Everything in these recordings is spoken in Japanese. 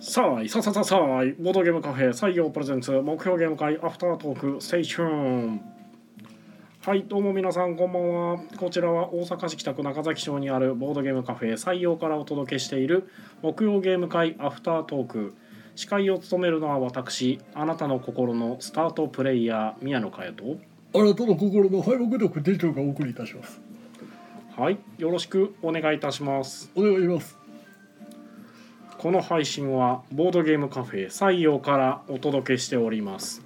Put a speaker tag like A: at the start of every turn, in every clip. A: さあいさあさあさあさあいボードゲームカフェ採用プレゼンツ目標ゲーム会アフタートークステーションはいどうも皆さんこんばんはこちらは大阪市北区中崎町にあるボードゲームカフェ採用からお届けしている木曜ゲーム会アフタートーク司会を務めるのは私あなたの心のスタートプレイヤー宮野佳代と
B: あなたの心の敗北力店長がお送りいたします。
A: はいよろしくお願いいたします
B: お願いします。
A: この配信はボードゲームカフェ採用からお届けしております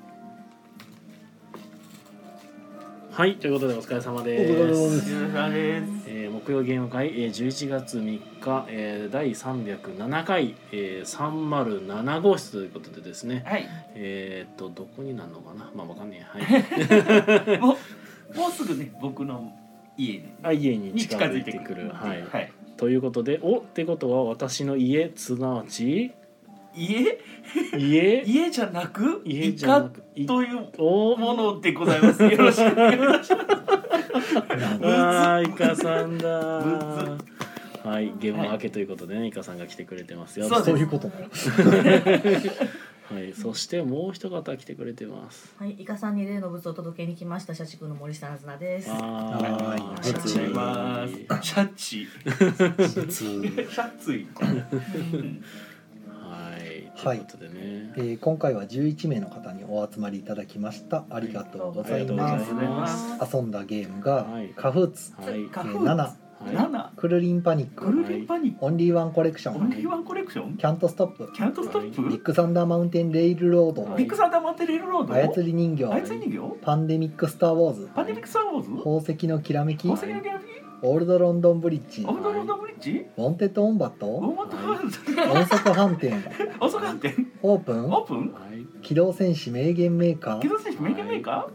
A: はいということでお疲れ様です
B: お疲れ様です
C: よろしくお願いします。
A: えー木曜ゲーム会、えー、11月3日、えー、第307回、えー、307号室ということでですね
C: はい、
A: えー、っとどこになるのかなまあわかんねえはい
C: もう、もうすぐね、僕の家に。
A: あ家に
C: に
A: 近
C: 近
A: づ
C: づ
A: い
C: い
A: て
C: て
A: くる
C: くる。
A: はい、
C: はい。
A: ということでおってことは私の家すなわち
C: 家、
A: 家
C: 家じゃなく、
A: 家
C: イ
A: じゃな
C: カ
A: くい
C: という
A: お
C: ものでございます。よろしくお願いします。
A: あーイカさんだ
C: む
A: はいゲーム明けということでね、イカさんが来てくれてますよ
C: そうです
B: そういうことだよ。
A: はい、そしてもう一方来てくれてます
D: はい、イカさんに例の物を届けに来ました社畜の森下なずなです。
A: あー
C: シャツいます。シャチ。
B: 実
C: シャツい。うん
A: はいということでね、
B: えー今回は11名の方にお集まりいただきました。ありがとうござい
A: あり
B: ま
A: が
B: す
A: とう。ございます
B: 遊んだゲームが
A: はい
B: カフーツ、
A: はい
C: カフーツ
B: 七、
A: はい
C: 七、
B: クルリンパニッ
C: グ
B: ク、
C: ルリンパニック。
B: オンリーワンコレクショ
C: オン
B: ン、
C: リーワンコレクション。
B: キャントストップ、
C: キャントストッ
B: ビッ
C: プ。
B: グサンダーマウンテンレイルロード、
A: はい
C: ビッグサンダーマウンテンレールロード。
B: 操り人形、
C: あいつ人形。
B: パンデミックスターウォーズ、
C: パンデミックサーウォーズ。
B: 宝石のきらめき、
C: 宝
B: オ
C: 石のギャラリ
B: ールドロンドンブリッジ、
C: ー。オ
B: ウ
C: フドロードブリッジ。
B: ォンテッドオンバッ
C: ウォ
B: ト、
C: ーマットファンズ。
B: 音速飯店、
C: 遅かったよ
B: オープン、
C: オープン
A: はい
B: 機動戦士名言メーカ
C: 木
B: ー
C: 戸選手メイケメーカ
B: は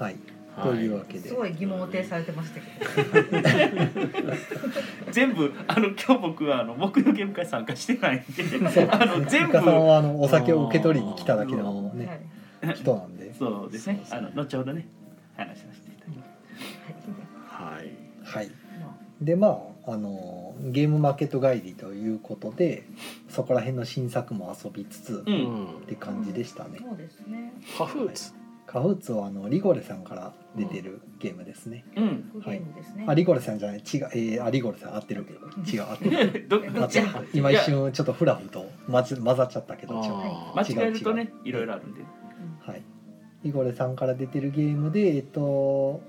B: い
A: はい
B: というわけです
D: ごい疑問を呈されてましたけど。
C: ー全部あの今日僕はあの木曜ゲーム会参加してないん
B: そう
C: で
B: で
C: あ
B: す
C: の
B: ね
C: 全
B: イ
C: 部
B: カさんはあのお酒を受け取りに来ただけの
D: は
B: ね
D: い。
B: 人なんで
C: そうですね
A: そう
C: あの後ほどね話させていただきま
A: はい
B: はい
D: ま
B: でまああのゲームマーケット帰りということでそこら辺の新作も遊びつつ
C: すう
A: うん
B: っ
A: ん
B: て感じでしたね
D: あそうですね。
A: カフーツ
B: カフーツはあのリゴレさんから出てるゲームですね
C: うん
D: ゲームですね。
B: あリゴレさんじゃない違うえーあリゴレさん合ってる違う合って る
C: ど
B: 合
C: ど
B: っ
C: ってち
B: る
C: が
B: 今一瞬ちょっとフラフと混じ混ざっちゃったけど違う
A: あ
C: 間
A: ー
C: 違えるとねいろいろあるんで
B: はい、イゴレさんから出てるゲームで、えっと、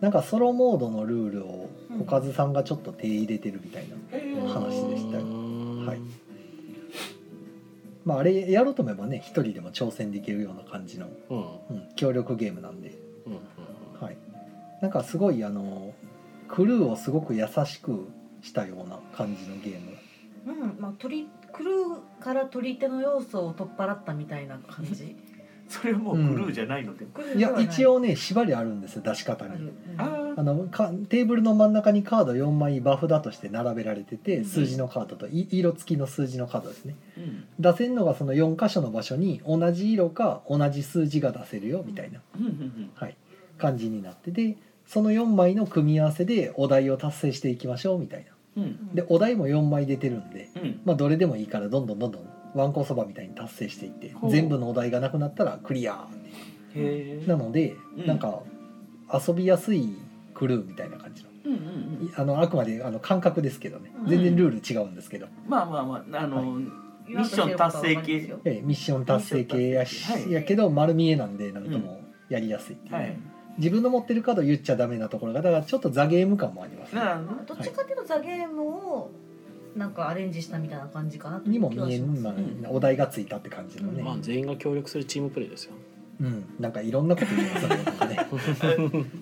B: なんかソロモードのルールを
D: うん
B: おかずさんがちょっと手入れてるみたいな、話でしたよはいまあ、あれやろうと思えばね一人でも挑戦できるような感じの、
A: うんうん
B: うん、協力ゲームなんで、
A: うん
B: はい、なんかすごいあのクルーをすごく優しくしたような感じのゲーム
D: うん、まあ取りクルーから取り手の要素を取っ払ったみたいな感じ。
C: それはもうグルーじゃないので
D: クルー
B: い
D: では
B: や
D: な
B: 一。応ね縛りあるんですよ出し
D: あ
B: 方
D: るう
B: に。
D: ん
C: あ
B: あ
C: ー
B: のかテーブルの真ん中にカード4枚バフだとして並べられてて数字のカードとい色付きの数字のカードですね
C: うん
B: 出せるのがその4箇所の場所に同じ色か同じ数字が出せるよみたいな
C: うんうん
B: 感じになっててその4枚の組み合わせでお題を達成していきましょうみたいな
C: うんうん
B: でお題も4枚出てるんで、
C: うん
B: まあ、どれでもいいからどんどんどんどんワンコそばみたいに達成していって
C: ほう
B: 全部のお題がなくなったらクリアーって
C: へえ
B: なので
C: うん
B: なんか遊びやすいクルーみたいな感じの
C: うんうんうん
B: いあのあくまであの感覚ですけどね
D: うん
B: 全然ルール違うんですけど、
C: まあまあまああの
D: 言わんとしてることはわかりますよ
B: ええミッション達成系やし、
C: はい
B: やけど丸見えなんでなんともやりやすいっていう、
C: はい
B: 自分の持ってるカード言っちゃダメなところがだからちょっとザゲーム感もありますね
C: なあ
D: どっちかっていうとザゲームをなんかアレンジしたみたいな感じかなと
B: に
D: いう
B: も
D: 気は
B: 見え
D: し
B: ん、
D: ます
B: まあ
C: うん
B: お題がついたって感じの
A: う
B: ね、
D: う
A: ん
D: ん
A: まあ全員が協力するチームプレーですよ
B: うん、なんかいろんなこと言いますねなんかね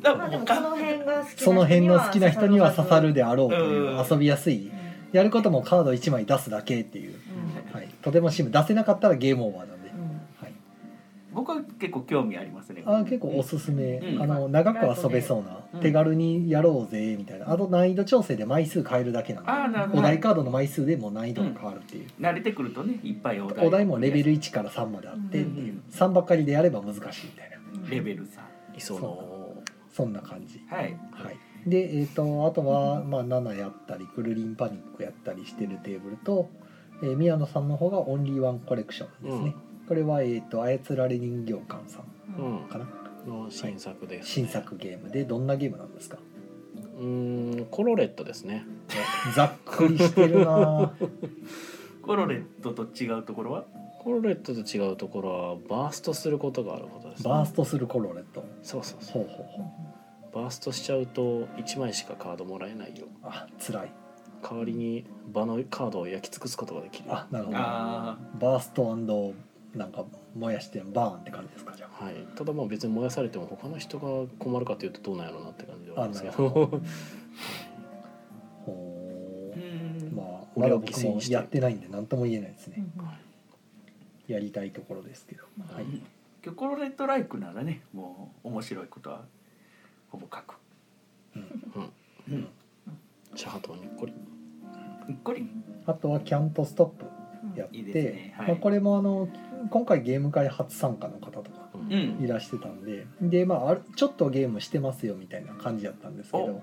C: だ
D: ま
C: から
D: あでも
C: もう
D: こ
C: か
D: の辺が好きな人には
B: その辺の好きな人には刺さる
D: で。
B: であろうという
C: うん
B: 遊びやすいやることもカード1枚出すだけっていう、はい、とてもシム出せなかったらゲームオーバーなんで、
D: うんうん
B: はい、
C: 僕は結構興味ありますね
B: あー結構おすすめ、
C: うん
B: あの長く遊べそうな、
C: うん
B: 手軽にやろうぜみたいなあと難易度調整で枚数変えるだけなんで
C: あーなるほど
B: お題カードの枚数でもう難易度が変わるっていう、
C: 慣れてくるとねいっぱいお題
B: お題もレベル1から3まであって、
C: うんうん
B: 3ばっかりでやれば難しいみたいな
C: レベル3
A: いそうの
B: そんな感じ、
C: はい
B: はい、で、えー、とあとは、まあ、7やったりくるりんパニックやったりしてるテーブルとえー宮野さんの方がオンリーワンコレクションですね、これは、えーと「操られ人形館」さん
A: う
D: うん
A: ん
B: かな
A: の新作です、
B: 新作ゲームでどんなゲームなんですか
A: うーんコロレットですね
B: ざっくりしてるなぁ
C: コロレットと違うところは
A: コロレットと違うところはバーストすることがあることです、ね、
B: バーストするコロレット
A: そうそうそう
B: ほうほうほう
A: バーストしちゃうと1枚しかカードもらえないよ
B: あ辛い
A: 代わりに場のカードを焼き尽くすことができる
B: あなるほど
C: あ
B: バーストなんか燃やしてバーンって感じですかじゃ
A: はい、ただまあ別に燃やされても他の人が困るかというとどうなんやろうなって感じではあ
B: あ
A: るんですけ
B: なるほ
A: ど
B: あほ
C: あ
B: う
C: う
B: んまあま
A: 俺
B: だ
A: を犠
B: 僕
A: 牲
B: も
A: にして
B: やってないんで何とも言えないですね
D: うん
B: やりたいところですけどはい
C: 今日コロレットライクならねもう面白いことはほぼ書く
B: うん
C: うん
A: シャハトはにっこり
C: にっこり
B: あとはキャントストップ
D: うん
B: やって
C: いいですねはい
B: まあ、これもあの今回ゲーム会初参加の方とか
A: うん
C: うん
B: いらしてたんででまああるちょっとゲームしてますよみたいな感じだったんですけど
C: お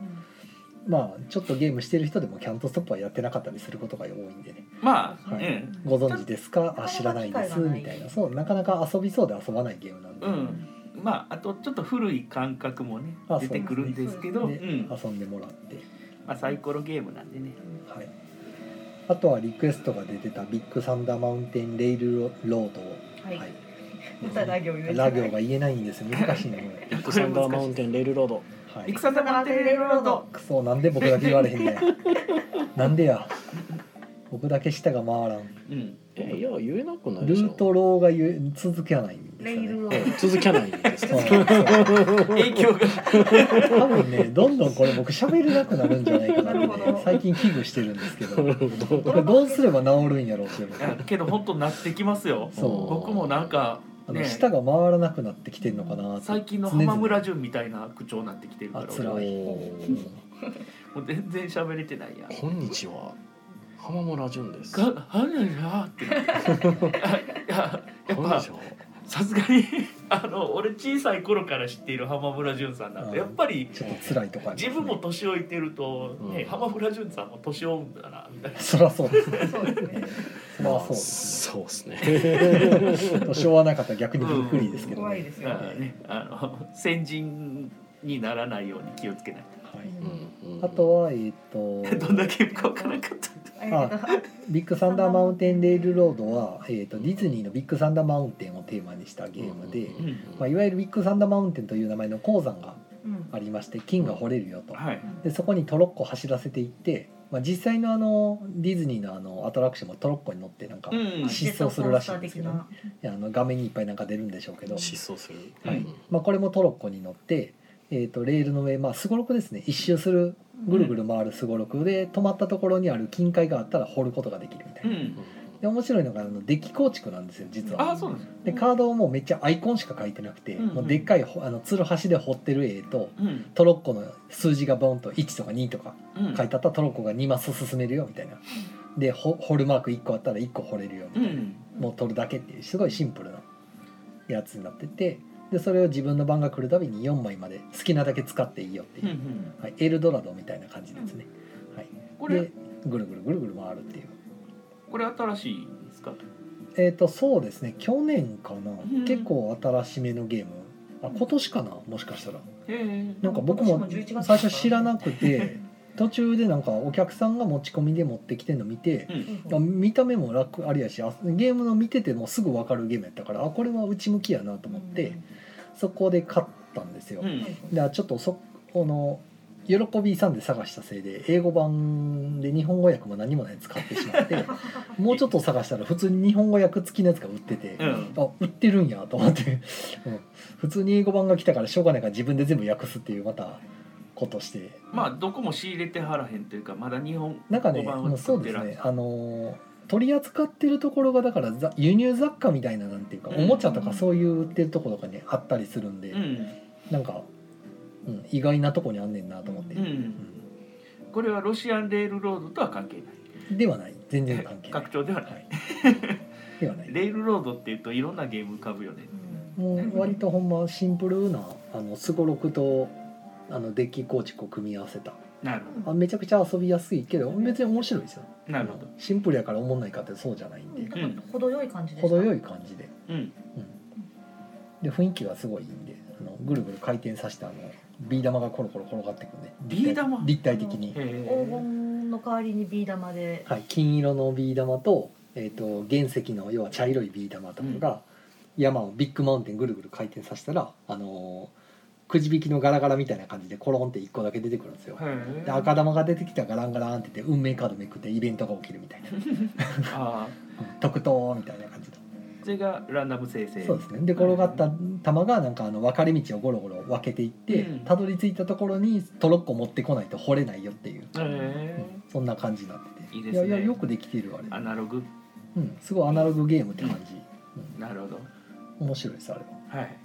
B: まあちょっとゲームしてる人でもキャントストップはやってなかったりすることが多いんでね
C: まあ、
B: は
C: う
B: い
C: ん、
B: ご存知ですかあ知らないですみたいなそうなかなか遊びそうで遊ばないゲームなんで、
C: うんまああとちょっと古い感覚もね
B: あ
C: 出てくるんですけど
B: で
C: うん
B: 遊んでもらって、
C: まあ、サイコロゲームなんでね
B: はい、あとはリクエストが出てたビッグサンダーマウンテンレイルロードを、
D: はい
B: はい
D: またラ行言えない
B: ラ行が言えないんですよ難しいなこれ、
A: ビッグサンダーマウンテンレールロード
B: はい、
C: 戦だマンテレーロード
B: くそなんで僕だけ言われへんねんなんでや僕だけ舌が回らん
C: うん
A: えいや言えなくないで
B: ル
A: しょ
B: ートローが言え続けはないんです
D: レ
B: よ
D: イル
B: ね
D: を
A: うん続きゃないんです
B: そ
A: か
B: うそう
C: 影響が
B: 多分ねどんどんこれ僕喋れなくなるんじゃないかなって、
D: なるほ
B: ね
D: ど、
B: 最近危惧してるんですけど
A: なるほど
B: これどうすれば治るんやろうっていうの
C: いやけど本当なってきますよ
B: そう
C: 僕もなんか
B: あの
C: ね
B: 舌が回らなくなってきてんのかなって
C: 最近の浜村淳みたいな口調になってきてるから
B: あ
C: 俺
B: 辛
C: も
A: お
B: い
A: ー
C: う全然喋れてないや
A: こんにちは浜村淳です
C: がはなやってなってあいややっ
A: こんに
C: ぱ
A: ちは
C: さすがに あの俺小さい頃から知っている浜村淳さんなん
B: うん
C: でやっぱり
B: ちょっと辛いとか、
C: 自分も年老いてると、
A: う
C: ね
A: ん
C: 浜村淳さんも年老うんだなみたいな
B: そらそうですね
D: そうですね
B: そらそうです
A: そうですね
B: ね年はなかったら逆にびっくりですけど、ね
D: 怖いですよ
C: だからねあの先人にならないように気をつけない
B: はい、
A: うんうん
B: あとはえっ、と
C: ど んなゲームかわからなかった
D: ありがとう
B: ビッグサンダーマウンテンレールロードは、えー、とディズニーのビッグサンダーマウンテンをテーマにしたゲームで、
A: うんうん
B: まあ、いわゆるビッグサンダーマウンテンという名前の鉱山が
D: うん
B: ありまして金が掘れるよと、
C: はい
B: でそこにトロッコ走らせていって、まあ、実際のあのディズニーのあのアトラクションもトロッコに乗ってなんか
C: うん
B: 疾走するらしいんですけど、
D: ジェットコース
B: いやあの画面にいっぱいなんか出るんでしょうけど、
A: 失踪する
C: はい
A: うん
B: まあ、これもトロッコに乗って、えー、とレールの上まあすごろくですね一周する
D: ター的な
B: ぐるぐる回るすごろくで止まったところにある金塊があったら掘ることができるみたいうな。
C: ん
B: で面白いのがあのデッキ構築なんですよ実は
C: あそうなんです
B: でカードをもうめっちゃアイコンしか書いてなくて、
C: うんうん
B: もうでっかいほあのツルハシで彫ってる絵と
C: うん
B: トロッコの数字がボンと1とか2とか
C: うん
B: 書いてあったらトロッコが2マス進めるよみたいなでほ掘るマーク1個あったら1個掘れるよみた
C: う
B: いな、
C: ん
B: もう取るだけっていうすごいシンプルなやつになっててでそれを自分の番が来るたびに4枚まで好きなだけ使っていいよっていう
C: う、ん
B: はい、エルドラドみたいな感じですね、はい、
C: こ
B: で
C: れ
B: ぐるぐるぐるぐる回るっていう
C: これ新しいですか
B: えっ、とそうですね去年かな、
C: ん
B: 結構新しめのゲームあ今年かなもしかしたら
C: へえ
B: なんか僕も
D: 今年も11月です
B: 最初知らなくて途中でなんかお客さんが持ち込みで持ってきてんの見て
C: う、
D: うんん
B: あ見た目も楽ありやしあゲームの見ててもすぐ分かるゲームやったからあこれは内向きやなと思って、そこで買ったんですよ、
C: う
B: で
C: ん
B: ちょっとそこの喜びさんで探したせいで英語版で日本語訳も何もないやつ買ってしまって もうちょっと探したら普通に日本語訳付きのやつが売ってて、
C: うん
B: あ売ってるんやと思って、うん、普通に英語版が来たからしょうがないから自分で全部訳すっていうまたことして
C: まあどこも仕入れてはらへんというかまだ日本
B: なんかね
C: 語版
B: も
C: を
B: うそ
C: 作
B: う
C: っ
B: で
C: て
B: す
C: ら
B: ねあのー取り扱ってるところがだからざ輸入雑貨みたいななんていうか、
C: うん
B: おもちゃとかそういう売ってるところとかねあったりするんで、
C: うん
B: なんか、うん、意外なとこにあんねんなと思って、
C: う
B: うん
C: んこれはロシアンレールロードとは関係ない
B: ではない全然関係ない
C: 拡張ではない
B: はい、ではない
C: レールロードっていうといろんなゲーム浮かぶよね
B: もう割とほんまシンプルなあのすごろくとあのデッキ構築を組み合わせた
C: なるほ
B: あめちゃくちゃ遊びやすいけど別に面白いですよ
C: どなるほど
B: シンプルやからおもんないかってそうじゃないんで、
D: うんなんか程よい感じでした。
B: 程よい感じで,、
C: うん
B: うん、で雰囲気がすごいいいんであのぐるぐる回転させてあのビー玉がコロコロ転がってくんで
C: ビー玉
B: 立体的に、
C: へ
D: 黄
C: ー
D: 金の代わりにビー玉で。
B: はい、金色のビー玉と,、えー、と原石の要は茶色いビー玉とかが、山をビッグマウンテンぐるぐる回転させたら、あのーくじ引きのガラガラみたいな感じでコロンって1個だけ出てくるんですよ。
C: へー
B: で赤玉が出てきたらガランガランって言って運命カードめくってイベントが起きるみたいなうん
C: あ
B: 特等みたいな感じの
C: ーそれがランダム生成
B: そうですねで転がった玉がなんかあの分かれ道をゴロゴロ分けていって
C: うん
B: たどり着いたところにトロッコ持ってこないと掘れないよっていう、
C: へ
B: うんそんな感じになってて
C: いいですね
B: やいやよくできてるあ
C: ーア
B: れ、
C: ナログ
B: うん、すごいアナログゲームって感じ、
C: なるほど
B: うん、面白いですあれは
C: はい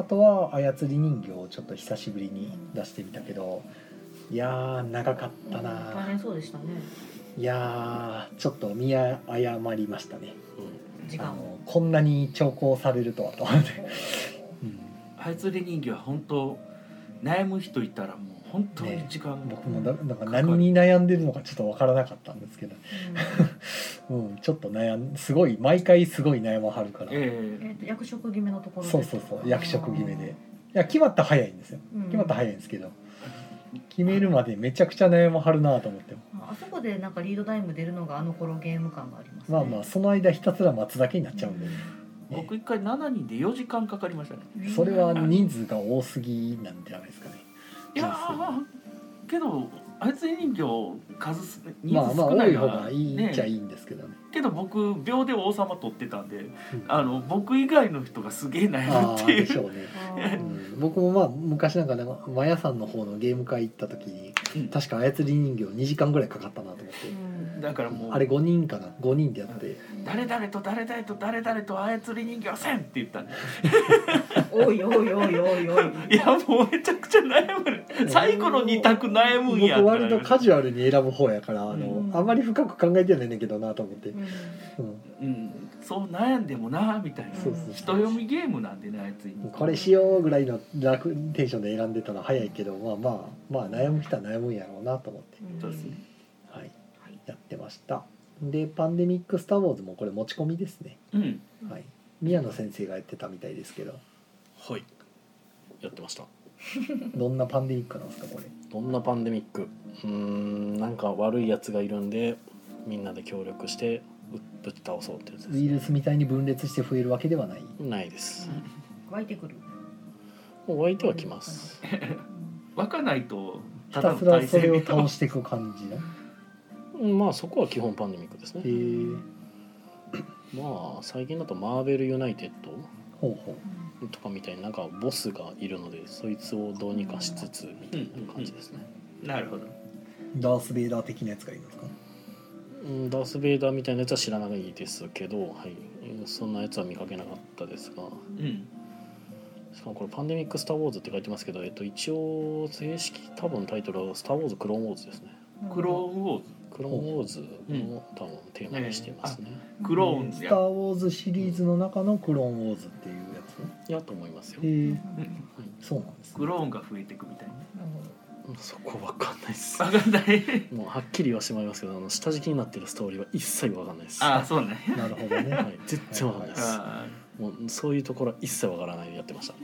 B: あとは操り人形をちょっと久しぶりに出してみたけどいやー長かったな
D: 大変そうでしたね。
B: いやーちょっと見誤りましたね
D: 時
B: あ
D: 間を。
B: のこんなに調校されるとはと思って、
C: 操り人形は本当悩む人いたらもう本当に時間、
B: うん、僕もだなんか何に悩んでるのかちょっとわからなかったんですけど、うん、ちょっと悩んすごい毎回すごい悩まはるから、
D: うん
C: え
D: えっと役職決めのところで。
B: そうそうそう役職決めでいや決まったら早いんですよ
D: うん。
B: 決まったら早いんですけど決めるまでめちゃくちゃ悩まはるなと思って
D: あそこでなんかリードタイム出るのがあの頃ゲーム感があります、ね。
B: まあまあその間ひたすら待つだけになっちゃうんで、
C: え僕一回7人で4時間かかりましたね
D: うん
B: それは人数が多すぎなんじゃないですかね。
C: いやーけど操り人形数す人
B: まあ
C: 数
B: まあ
C: 少
B: 多
C: ない
B: い
C: の
B: 方
C: は
B: がいいっちゃ
C: ね
B: いいんですけどね。
C: けど僕秒で王様取ってたんであの僕以外の人がすげ
B: あ
C: え悩む
B: あ
C: ってい
B: で
C: う
B: しょうね。
D: あ
B: う
D: ー
B: ん、僕もまあ昔なんかねマヤさんの方のゲーム会行った時に
C: うん
B: 確か操り人形2時間ぐらいかかったなと思って、
D: うん
C: だからもう
B: あれ5人かな5人でやって
C: 誰々と誰々と誰々と操り人形せんって言ったんで
D: おいおいおいおいおい。
C: いやもうめちゃくちゃ悩む最後の2択悩むんや
B: 僕割とカ
C: ュ
B: ジュアルに選ぶ方やからあの、
D: うん
B: あまり深く考えてないねんけどなと思って、
D: うん
B: うん、
C: うんそう悩んでもなみたいな
B: そうそう
C: 人読みゲームなんでね操り人
B: これしようぐらいの楽テンションで選んでたら早いけどまあまあまあ悩む人は悩むんやろうなと思って、
D: ん
C: そうですね
B: はい、
D: はい
B: やってましたで「パンデミック・スター・ウォーズ」もこれ持ち込みですね、
C: うん
D: うん
B: はい、宮野先生がやってたみたいですけど
A: はいやってました
B: どんなパンデミックなんですかこれ
A: どんなパンデミックうーんなんか悪いやつがいるんでみんなで協力してぶぶち倒そうってやつ
B: ウ
A: です
B: イ
A: ね
B: ルスみたいに分裂して増えるわけではない
A: ないです
D: 湧いてくる。
A: もう湧いてはきます
D: うん
C: 湧かないと
B: ひたすらそれを倒していく感じの
A: うんまあそこは基本パンデミックです
B: へ
A: ね
B: え
A: まあ最近だとマーベルユナイテッド
B: ほうほう
A: とかみたいになんかボスがいるのでそいつをどうにかしつつみたいな感じですね
C: なるほど
B: ダース・ベイダー的なやつがいるんですか
A: うんダース・ベイダーみたいなやつは知らないですけど、はい、うんそんなやつは見かけなかったですが
C: うん
A: しかもこれ「パンデミック・スター・ウォーズ」って書いてますけど、えっと、一応正式多分タイトルは「スター・ウォーズ・クローン・ウォーズ」ですね
C: クローンウォーズ
A: クローン・ウォーズの多分テーマにしてますね、
C: クローン
B: ス
C: ズ
B: タ
C: や
B: ー・ウォーズ」シリーズの中の「クローン・ウォーズ」っていうや
A: いやと思いますよ
B: つ、へえ
C: うん
B: そうなんです、
C: ク
B: ね、
C: ローンが増えていくみたいな
A: うんそこわかんないです
C: わかんない
A: もうはっきり言わせてもらいますけどあの下敷きになってるストーリーは一切わかんないです
C: ああ
A: は
C: そうね
B: なるほどね、
A: い、全然わかんないです
C: あ
A: もうそういうところは一切わからないでやって ました、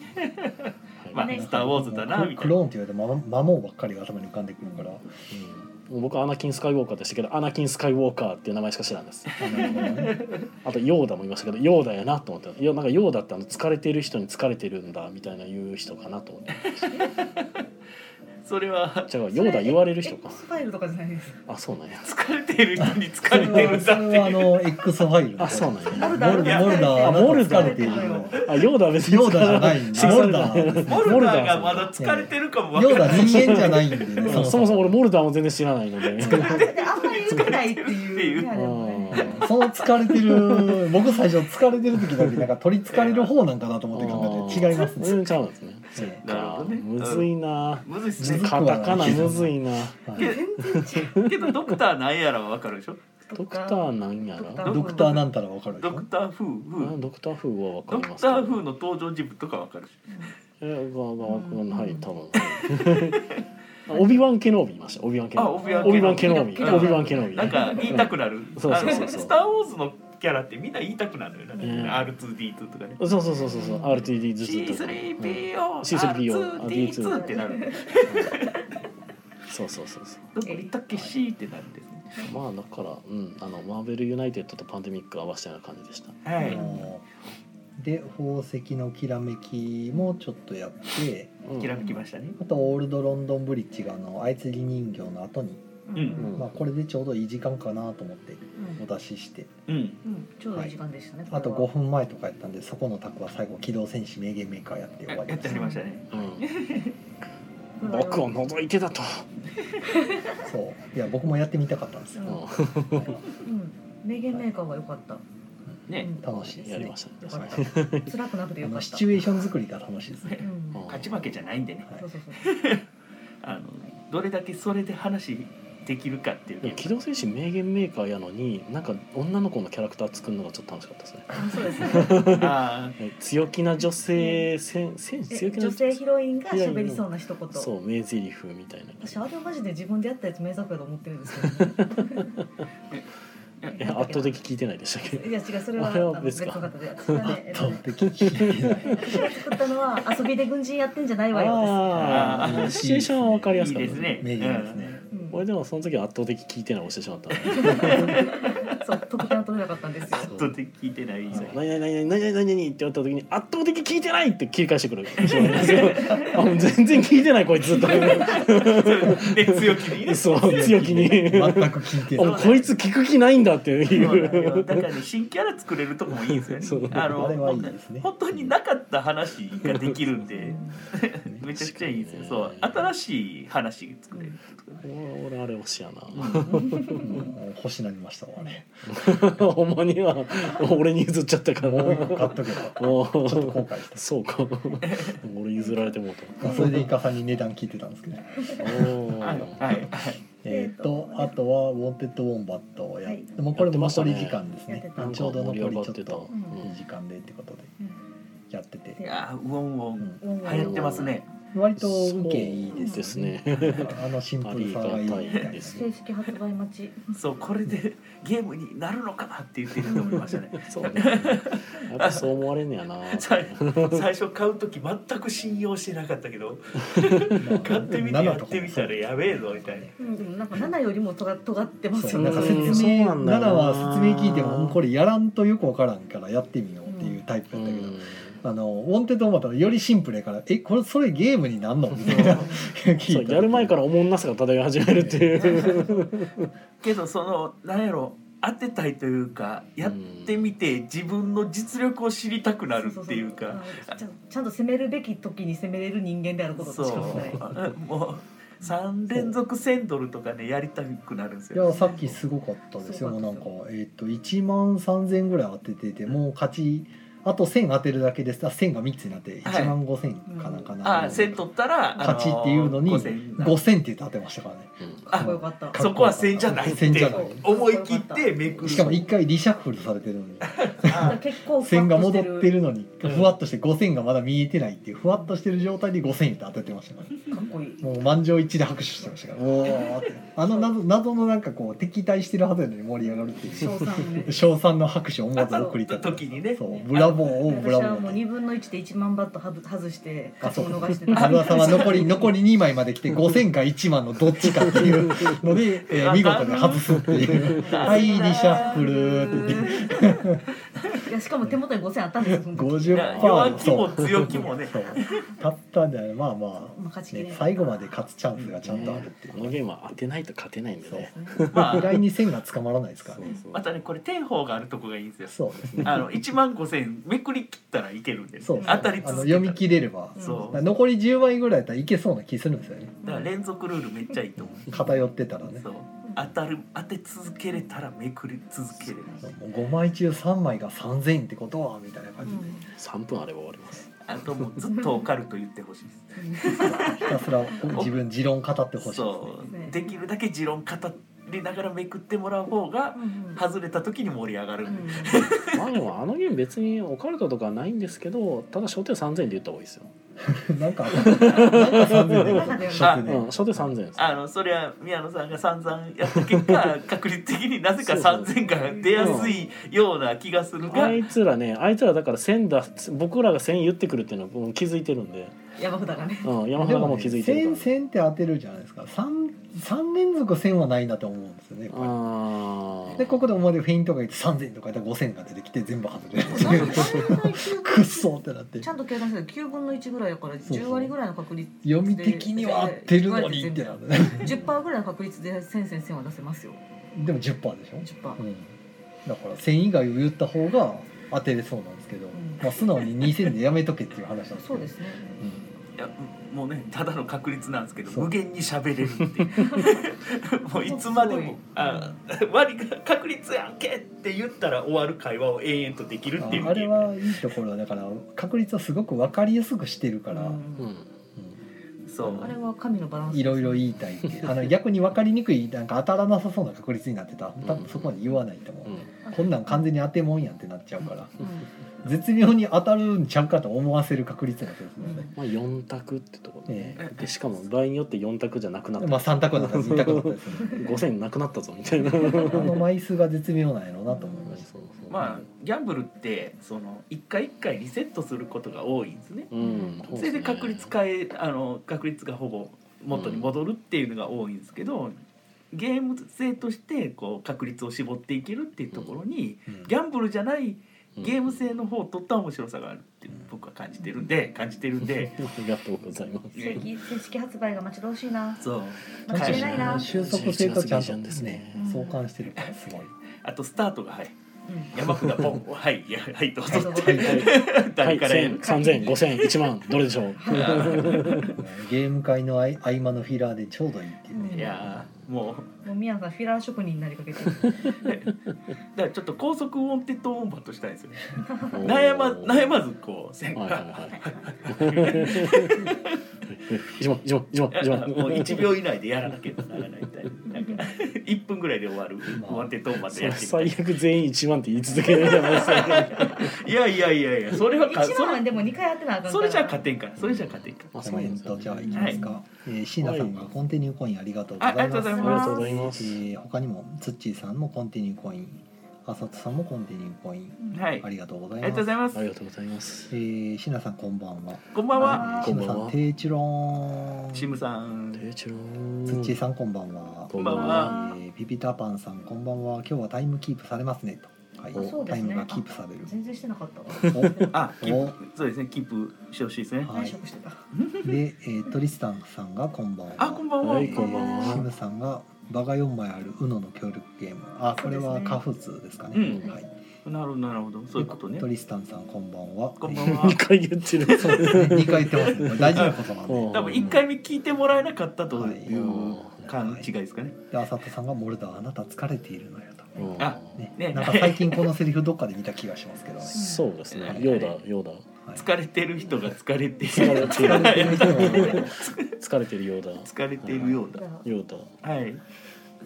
C: まあ
A: はい
C: スターウォーズだなみたいな
B: クローンって言われてま魔王ばっかりが頭に浮かんでくるか
A: う
B: ら
A: ん、もう僕はアナキン・スカイウォーカーでしたけどアナキン・スカイウォーカーっていう名前しか知らないです
B: あなるほどね
A: あとヨーダもいましたけどヨーダやなと思っていやなんかヨーダってあの疲れてる人に疲れてるんだみたいな言う人かなと思って
C: ーそれは
A: 違うヨーダ言われる人か
D: X ファイルとかじゃないですか。
A: あそうなんや
C: 疲れている人に
B: そ
C: 疲
B: れ
C: れてる
B: は
C: ん
B: そ
C: だ
B: れ
C: っ
B: はあ
C: て
B: の X ファイル
A: あそうなん
B: モ
A: や
B: ルダモルダ
A: あ
B: あ
A: モ
B: モ
A: ル
B: ル
A: ダ
B: ダーっていうの
A: あヨーダは別に
B: ヨーダじゃないんだ
A: モ
B: モ
A: ル
B: ル
A: ダ
B: ダー
C: モルダーがまだ
A: モ
C: 疲れてるかもわかん
B: ヨ
C: な
B: ー
C: い
B: ダ人間じゃないんでね
A: うんそもそも俺モルダーも全然知らないの で
D: あであんまり言ってないっていうね。あれもね
B: うんその疲れてる僕最初疲れてる時だけなんか取り憑かれる方なんかなと思って考えて違いますね
A: 全然違うんですねそっ
B: ええ
C: なるほ
A: か
C: どね
A: むずいな
C: むずいっす
B: むず
C: ね
B: い
A: カタカナむずいな
B: はい
D: 全然違う。
C: けどドクターなんやらはわかるでしょ
A: ドクターなんやら
B: ドクターなんたらわかるでし
C: ドク
B: ょ
C: ター風
A: うん
C: 風
A: ドクター風はわか
C: ド
A: りま
C: ク
A: す
C: ター風の登場人物とかわかるでし
A: えがが、
D: うん
A: はい多分オビワン・ケノービいましたオビワン・ケ
C: あ
A: ノ
C: オ
A: ー
C: ビ
A: ビ
C: ワン
A: オビワン・ケノービ
D: ケノ
A: オ
D: ービ
A: ビワン・ケノービ
C: なんか言いたくなる「
A: そうそうそうそう
C: あのスター・ウォーズ」のキャラってみんな言いたくなるよね、
A: うん
C: R2D2 とかね
A: そうそうそうそうそう RTD ずっと
C: C3PO、
A: C3PO
C: R2D2 ってなる
A: そうそうそうそう
C: どこ行ったっけ C ってなるんですね
A: まあだからうんあのマーベル・ユナイテッドとパンデミック合わせたような感じでした
C: は
D: う
C: い
B: で宝石のきらめきもちょっとやって
A: うん
C: きらめきましたね
B: あとオールドロンドンブリッジがあの操り人形の後に、
C: うん
D: うん
A: うん
B: まあ、これでちょうどいい時間かなと思ってお出しして
C: うん
D: うん、ちょうどいい時間でしたね。
B: あと
D: これは
B: 5分前とかやったんでそこのタクは最後機動戦士名言メーカーやって終わりま
C: やって
B: し
C: あ
B: た
C: りましたね
A: うん
D: これは
A: 僕を除いてだと
B: そういや僕もやってみたかったんです
D: う
B: よ
D: ん
A: う
D: うん、名言メーカーは良かった。
C: ね
D: うん
B: 楽しいで
A: ん
B: す
A: やり
B: ね
A: ました
D: 良
A: ね
D: かった。辛くなくて
B: あ
D: 良か
B: の
D: っ
B: シ
D: た。
B: チュエーション作りが楽しいです ね
D: うん
A: うん
C: 勝ち負けじゃないんでね
B: はい
D: そうそうそう。
C: あのどれだけそれで話できるかっていう
A: でも
C: ゲ
A: 機
C: ーム
A: 動戦士名言メーカーやのになんか女の子のキャラクター作るのがちょっと楽しかったですね
D: あそうですね。
C: あ
A: え強気な女性戦戦士強
D: で
A: 気な
D: 女性ヒロインが喋りそうな一言。
A: そう名台詞みたいな
D: 私あれはマジで自分でやったやつ名作だと思ってるんですけど、
A: え圧倒的聞いてないでしたっけ
D: いや違うそれは
A: あれは
D: あの
A: 別
D: 別
A: か
D: の方で私がねえっと
B: 圧
D: ね
B: 倒的に
D: 私が作ったのは遊びで軍人やってんじゃないわよ
A: あ
C: あ
A: あ
C: ー
A: シチュエーションは分かり
C: い
A: やす
C: い
A: かった
C: ですね
B: 名言ですね
D: です。うん
A: 俺でもその時は圧倒的聞いてない押してしまったな
D: そう特典は取れなかったんですよ。
C: うん圧倒的聞いてないです
A: そう
C: ね
A: 何々何々何々何々って言った時に圧倒的聞いてないって切り返してくるあもう全然聞いてないこいつと
C: で強気に ね
A: そう強気に
B: 全く聞いて
A: あ
B: ない
A: もうこいつ聞く気ないんだって
C: そう
A: い
C: なんよ
A: う
C: だからね新キャラ作れるとこもいいんです
A: そ
C: よ
A: う
C: ね。あの
B: あれはいいですね
C: 本当になかった話ができるんで、 めちゃくちゃいいですよ。そう新しい話作れる。
A: 俺俺あれ推しや
B: もう欲しなりましたわね
A: な ほんまには俺に譲っちゃったか
B: も
A: ら
B: う一個買っとけばち
A: お
B: ょっと後
A: ー
B: 悔した
A: そうか俺譲られてもう
B: まあそれでイカさんに値段聞いてたんですけど
A: た
C: はい
A: お
C: はい
B: えー、とあとは「ウォンテッド・ウォンバット」をやっ
D: はい
B: て、もうこれも残り時間です
D: やって
B: ね
D: ま
B: ちょうど残りちょっと
D: うん
B: いい時間でってことでやってて、
C: いやーウォンウォン
D: うん
C: 流行ってますね。
B: 割と受けいいです
A: ですね
B: あのシンプルさがいいみ
A: あ
B: たい
A: りがた
B: ない
A: です
D: 正式発売待ち。
C: そうこれでゲームになるのかなって言ってると思いました ね。
A: そうねやっぱそう思われんね やな
C: 最最初買う時全く信用してなかったけど買ってみてやってみたらやべえぞみたい な。
D: うんでもなんか七よりもとが尖ってます
B: そう
D: よね
B: なんか説
A: うんそう
B: 明
A: なんだよな
B: 7は説明聞いてもうんこれやらんとよくわからんからやってみようっていうタイプ
A: う
B: だったけど、
A: ん
B: あの「ウォンテッド・ウォンバット」はよりシンプルやから「えこれそれゲームになんの?」みたいな
A: そ
B: 聞
A: う
B: いた
A: やる前からおもんなさが漂い始めるって いう
C: けどその何やろ当てたいというかやってみて自分の実力を知りたくなるっていうか
D: そうそうそうあのちゃんちゃんと攻めるべき時に攻めれる人間であること
C: そ
D: しかない。
C: うもう3連続1000ドルとかねやりたくなるんです
B: いや
C: よ。
B: さっきすごかったですよ
D: すご
B: な
D: かっ
B: ん
D: た
B: か
D: ですよ
B: えっ、と1万3000ぐらい当てててもう勝ちあと1000当てるだけですあ1000が3つになって
C: はい
B: 1万5000かなんかな、
C: あ1000取ったら
B: 勝ちっていうのに
C: 5000
B: 5000って当てましたからね
D: かっこよかった。
C: そこは1000じゃないっ
B: 1000じゃ
C: て
B: ない
C: 思い切ってめくる
B: しかも1回リシャッフルされてるのに
C: あ
D: 結構ふわ
B: 1000
D: っ
B: が
D: とし
B: 戻
D: て
B: って
D: る。
B: るのに
C: うん
B: ふわっとして5000がまだ見えてないっていうふわっとしてる状態で5000って当ててましたからね
D: かっこいい。
B: もう満場一致で拍手してましたからおーってあの謎謎のなんかこう敵対してるはずやのに盛り上がるっていう
D: 賞賛をね。
B: 称賛の拍手を思わず送りた
C: 当たった時にね
B: そうブラボーをブ
D: 私
B: ラボ
D: はもう
B: ー
D: 二分の一で一万バットはぶ外して勝ちを逃して
B: あ
D: た。
B: のさんは残り残り2枚まで来て5000か1万のどっちかっていうので、えー見事に外すって いう「はいリシャッフル」って言って
D: いやしかも手元に五千あったんですよ。その時
B: 50%
C: 弱
B: の
C: 気も強気もね
B: そうたったんじゃないまあま
D: まあ勝ち
B: あ、
D: きれ
B: ね
D: な、い。
B: 最後まで勝つチャンスがちゃんとあるっていう
A: あのゲームは当てないと勝てないんで
B: そう
A: ね
C: まあ
B: 意外に線が捕まらないですから
A: そう
B: ね
A: そう
C: またねこれ天法があるとこがいいんですよ
B: そうですね
C: あの1万5千めくり切ったらいけるんで、
B: そうそう
C: 当たり
B: あの
C: 続け
B: 読
C: た
B: み
C: ら
B: 切れれば
C: そ
B: だか
C: う
B: ら残り10枚ぐらいだったらいけそうな気するんですよね
C: だから連続ルールめっちゃいいと思う
B: 偏ってたらね
C: そう当たる当て続けれたらめくり続けれる
B: もう5枚中3枚が3000円ってことはみたいな感じで、
A: 3分あれば終わります
C: あともうずっとオカルト言ってほしいで
B: ひたすら自分持論語ってほしい
C: す
B: ですね
C: そうできるだけ持論語りながらめくってもらう方が外れた時に盛り上がるんで、
A: まあでもあのゲーム別にオカルトとかないんですけどただ焦点3000円で言った方がいいですよ
B: なんかなんか3000
D: なんか
B: で
D: 出る
B: 100
A: う
B: 年
A: ん、初手3000円です
C: あのそれは宮野さんが散々やった結果確率的になぜか
A: そうそう
C: 3000が出やすいような気がするが
A: あいつらねあいつらだから1000だ僕らが1000言ってくるっていうのはもう気づいてるんで、
D: 山札がね
A: うん、山札がもう気づいて
B: で
A: る
B: も
A: か
B: ね1000 1000って当てるじゃないですか 3, 三連続1000はないなと思うんですよねやっ
A: ら、
B: ぱ
A: あ
B: り
A: あ
B: でここでお前でフェイントが言って3000とか言ったら5000が出てきて全部外れるって
D: なん
B: い
D: か
B: う
D: 大体9
B: くっそってなって
D: ちゃんと計算したら9分の1ぐらいだから
B: そう
D: 10割ぐらいの確率
B: 読み的には合ってるのにってなるね
D: 10%ぐらいの確率で1000先生は出せますよ
B: でも10%でしょ、
D: 10%、
B: うん、だから1000以外を言った方が当てれそうなんですけど、
D: ん
B: まあ、素直に2000でやめとけっていう話なんですけど
D: そうですね
B: う
C: いやもうねただの確率なんですけど
B: そう
C: 無限に喋れるっていうもういつまでも
D: すごい
C: あ割が確率やんけって言ったら終わる会話を延々とできるってい
B: ん
C: う
B: ああれはいいところはだから確率をすごく分かりやすくしてるから、
D: う
B: うん
A: う
D: ん
A: ん
C: そ
D: あ
C: う
D: れは神のバランス
B: いろいろ言いたいっていうあの逆に分かりにくいなんか当たらなさそうな確率になってたら
A: ん
B: 多分そこまで言わないと思う、
A: うん
B: こんなん完全に当てもんやんってなっちゃうから
D: うん
B: 絶妙に当たるんちゃうかと思わせる確率になってるんですよね、
A: まあ4択ってところね
C: ええ
A: でしかも場合によって4択じゃなくなった、
B: まあ3 択だったり2択だったりす るんで
A: 5000なくなったぞみたいな
B: あの枚数が絶妙なんやろうなと思いました
C: まあギャンブルってその一回一回リセットすることが多いんですね
A: あ、うん、
C: それで確率
A: か
C: 変えあの確率がほぼ元に戻るっていうのが多いんですけど、ゲーム性としてこう確率を絞っていけるっていうところに、
B: うん
C: ギャンブルじゃないゲーム性の方を取った面白さがあるっていうのを僕は感じてるんで感じてるんで
A: ありがとうございます
D: 正規正式発売が待ち遠しいな
C: そう
D: 間違いないな、
B: 収束性とちゃんと
A: 11ですね
B: 相関してるからすごい。
C: あとスタートがはい
D: うん
C: 山札ポンはいいやはいどう
D: はい
C: ぞ
D: どう
C: って
D: ぞ
A: はいはい
C: 誰からやる
D: か
A: 30005000万どれでしょう
B: ゲーム会の合合間のフィラーでちょうどいいっていう
D: うん
C: い
B: ね。
C: やーも
D: もう宮野さんフィラー職人になりか けてる
C: うだからちょっと高速音程と音バとしたいですよね 悩ま悩まずこう線
A: はい
C: が
A: はいはい一問一問一問一
C: もう
A: 問
C: 1秒以内でやらなきゃならないみたいななんか1分ぐらいで終わる
B: まあ
C: 音程と音バ
A: そ
C: で
A: れ
C: やってみた
A: 最
C: い
A: 悪全員1万って言い続けるじゃない ですか
C: いやいやいやいやそれはか
D: 一
C: そ
D: 番は
C: れ
D: でも二回当てなあかんから
C: それじゃ勝てんからそれじゃ勝てんから
A: まあ
B: コメントじゃあいきます
A: は
B: か。えー椎名さんがコンティニューコインありがとうござ
C: ああ
B: い
C: りがと
B: ま
C: う
B: す
C: ござい。
A: いあ
C: ま
A: り
C: す
A: がとうございます
B: えー他にもツッチーさんもコンティニューコイン、浅津さんもコンティニューコイン、
C: はい
B: ありがとうござ
C: あ
B: い
C: りがと
B: ます
C: うござい。ます
A: ありがとうございます
B: えー椎名さんこんばんは。
C: こんばんは
B: えー椎名
A: こん
B: さ
A: ばん
B: ん
A: は
B: 定一郎。
C: チムさん
A: でちろ
B: ツッチーさんこんばんは。
A: こ
C: んばん
D: は
B: えーピピタパンさんこんばんは。今日はタイムキープされますねと。はい。
D: あそうで
B: タイ
D: すね
B: ムがキープされる。
D: 全然してなかったわ
C: あキー
B: お
C: プそうですねキープしてほしいですね
B: はい
D: 内職してた
B: お。で、えートリスタンさんがこんばんは。
C: あこんばんは、
A: はいこんばん
B: シム
A: は
B: さんが場が4枚ある UNO の協力ゲーム。あ、これ
D: そう
B: は
D: ですね
B: カフツですかね。
C: うん
B: はい。
C: なるほどなるほどそういうことね
B: でトリスタンさんこんばんは。
C: こんばんは
A: 2回言ってる
B: そう です ね。二回言ってますね。これ大事なことなん
A: うん
B: で。
C: 多分1回目聞いてもらえなかったと
B: はい
C: いう
B: は
C: 勘
B: い
C: 違いですかね
B: で、あさとさんがモルダーあなた疲れているのよと。
A: うん
C: あ
B: ね
C: ね
B: なんか最近このセリフどっかで見た気がしますけど、 ね。
A: そうですね
C: はい
A: ヨーダヨーダ
B: はい
C: 疲れてる人が疲れて
A: 疲れてる
B: は
A: 疲れてるヨーダ
C: 疲れてるよう
D: だ
C: だ
D: から
A: ヨーダ
C: はい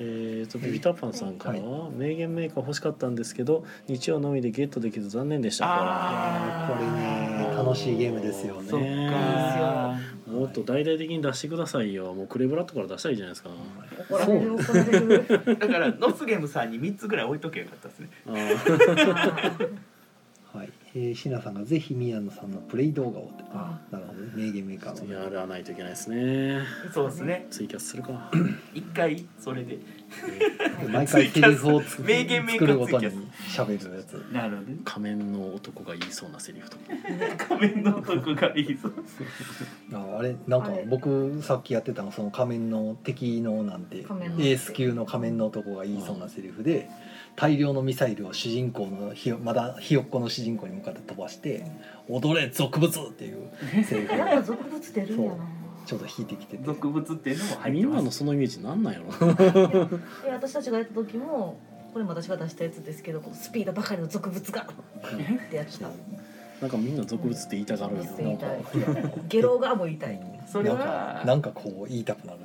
A: えー、とビビタパンさんからは、名言メーカー欲しかったんですけど日曜のみでゲットできず残念でした
C: あ
B: これね楽しいゲームですよ
C: そっ
B: ね。
C: か
A: らもっと大々的に出してくださいよもうクレブラットから出したらいいじゃないですか
D: 怒られる怒られる
C: だからノスゲームさんに3つぐらい置いとけばよかったですね
A: あー
B: はい、えー、シナさんがぜひ宮野さんのプレイ動画をって。
D: あ
B: なるほど、ね、名言メーカーの。
A: やらないといけないですね
C: そうですね
A: ツイキャスする か
C: 1回それで
B: 毎回セリフをつ
C: 名言メーカ
B: 作
C: ー
B: るごとに
C: ツイ
B: 喋るやつ。
C: なるほどね
A: 仮面の男が言いそうなセリフとか
C: 仮面の男がいい ぞ
B: ああれなんか
D: あれ
B: 僕さっきやってたのその仮面の敵のなんてエ
D: 仮面の
B: ース級の仮面の男が言いそうなセリフで大量のミサイルを主人公のひよまだひよっこの主人公に向かって飛ばして「踊れ俗物!」っていうセリフ
D: やっぱ
B: が
D: 俗物出るんやな
B: ちょっと引いてきてて
C: 俗物っていうのも入ってま
A: 今
C: す
A: のそのイメージなんなんや ろ
D: で私たちがやった時もこれも私が出したやつですけどこうスピードばかりの俗物がってやってた
A: なんかみんな俗物って言いたがるよ
D: 言
B: ないんか
D: たいゲロがもう痛い
C: それは
B: なんかなんかこう言いたくなる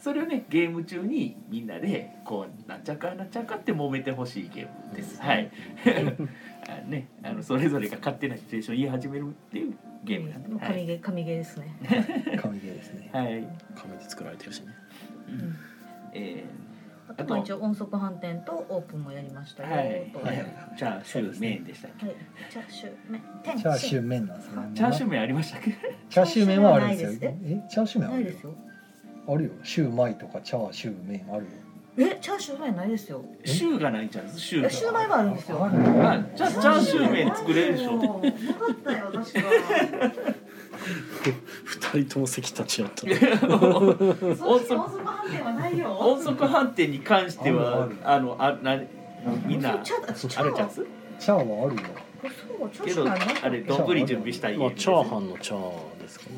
C: それをねゲーム中にみんなでこうなんちゃかなんちゃかって揉めてほしいゲームです、はい あねあのそれぞれが勝手なシチュエーション言い始めるっていうゲームなんで、は
D: 神
C: い
D: ゲー神ゲーです ね、
B: 神ゲーですね
C: はい
A: 紙で作られてるしね
D: うん
C: え
D: あとまあ一応音速反転とオープンもやりましたよと
C: は
D: はいい、
C: ー、チャーシューメインでしたっけ
D: チャーシュー麺天
B: チャーシュ
D: ー
B: ー麺なんですね
C: チャーシュー麺ありましたっけ
B: チャーシュー麺はあるんですよ
D: チャーシュー
B: えチャーシュー麺あ
D: な
B: る
D: いで
B: よ
D: すよ
B: あるよシューマイとかチャーシュー麺あるよ
D: えチャーシュー麺ないですよ
B: え
C: シューがないんちゃうんですシュー
D: え
C: が
D: シューマイはあるんですよ
B: るよ
C: あじゃあチャーシュー麺作れるでしょ
D: なかったよ確か
A: 二人とも席立ち寄った
D: そっちの音速反転はないよ
C: 音速反転に関してはあのあなみんなある
D: チャーチ
C: チ
D: ャー
C: ャンス
B: チャーはあるよ
D: そうチャー
C: け
D: シュ
C: ど
D: ー麺あります
C: あれどんぶり準備したい
A: まあチャーハンのチャーですかね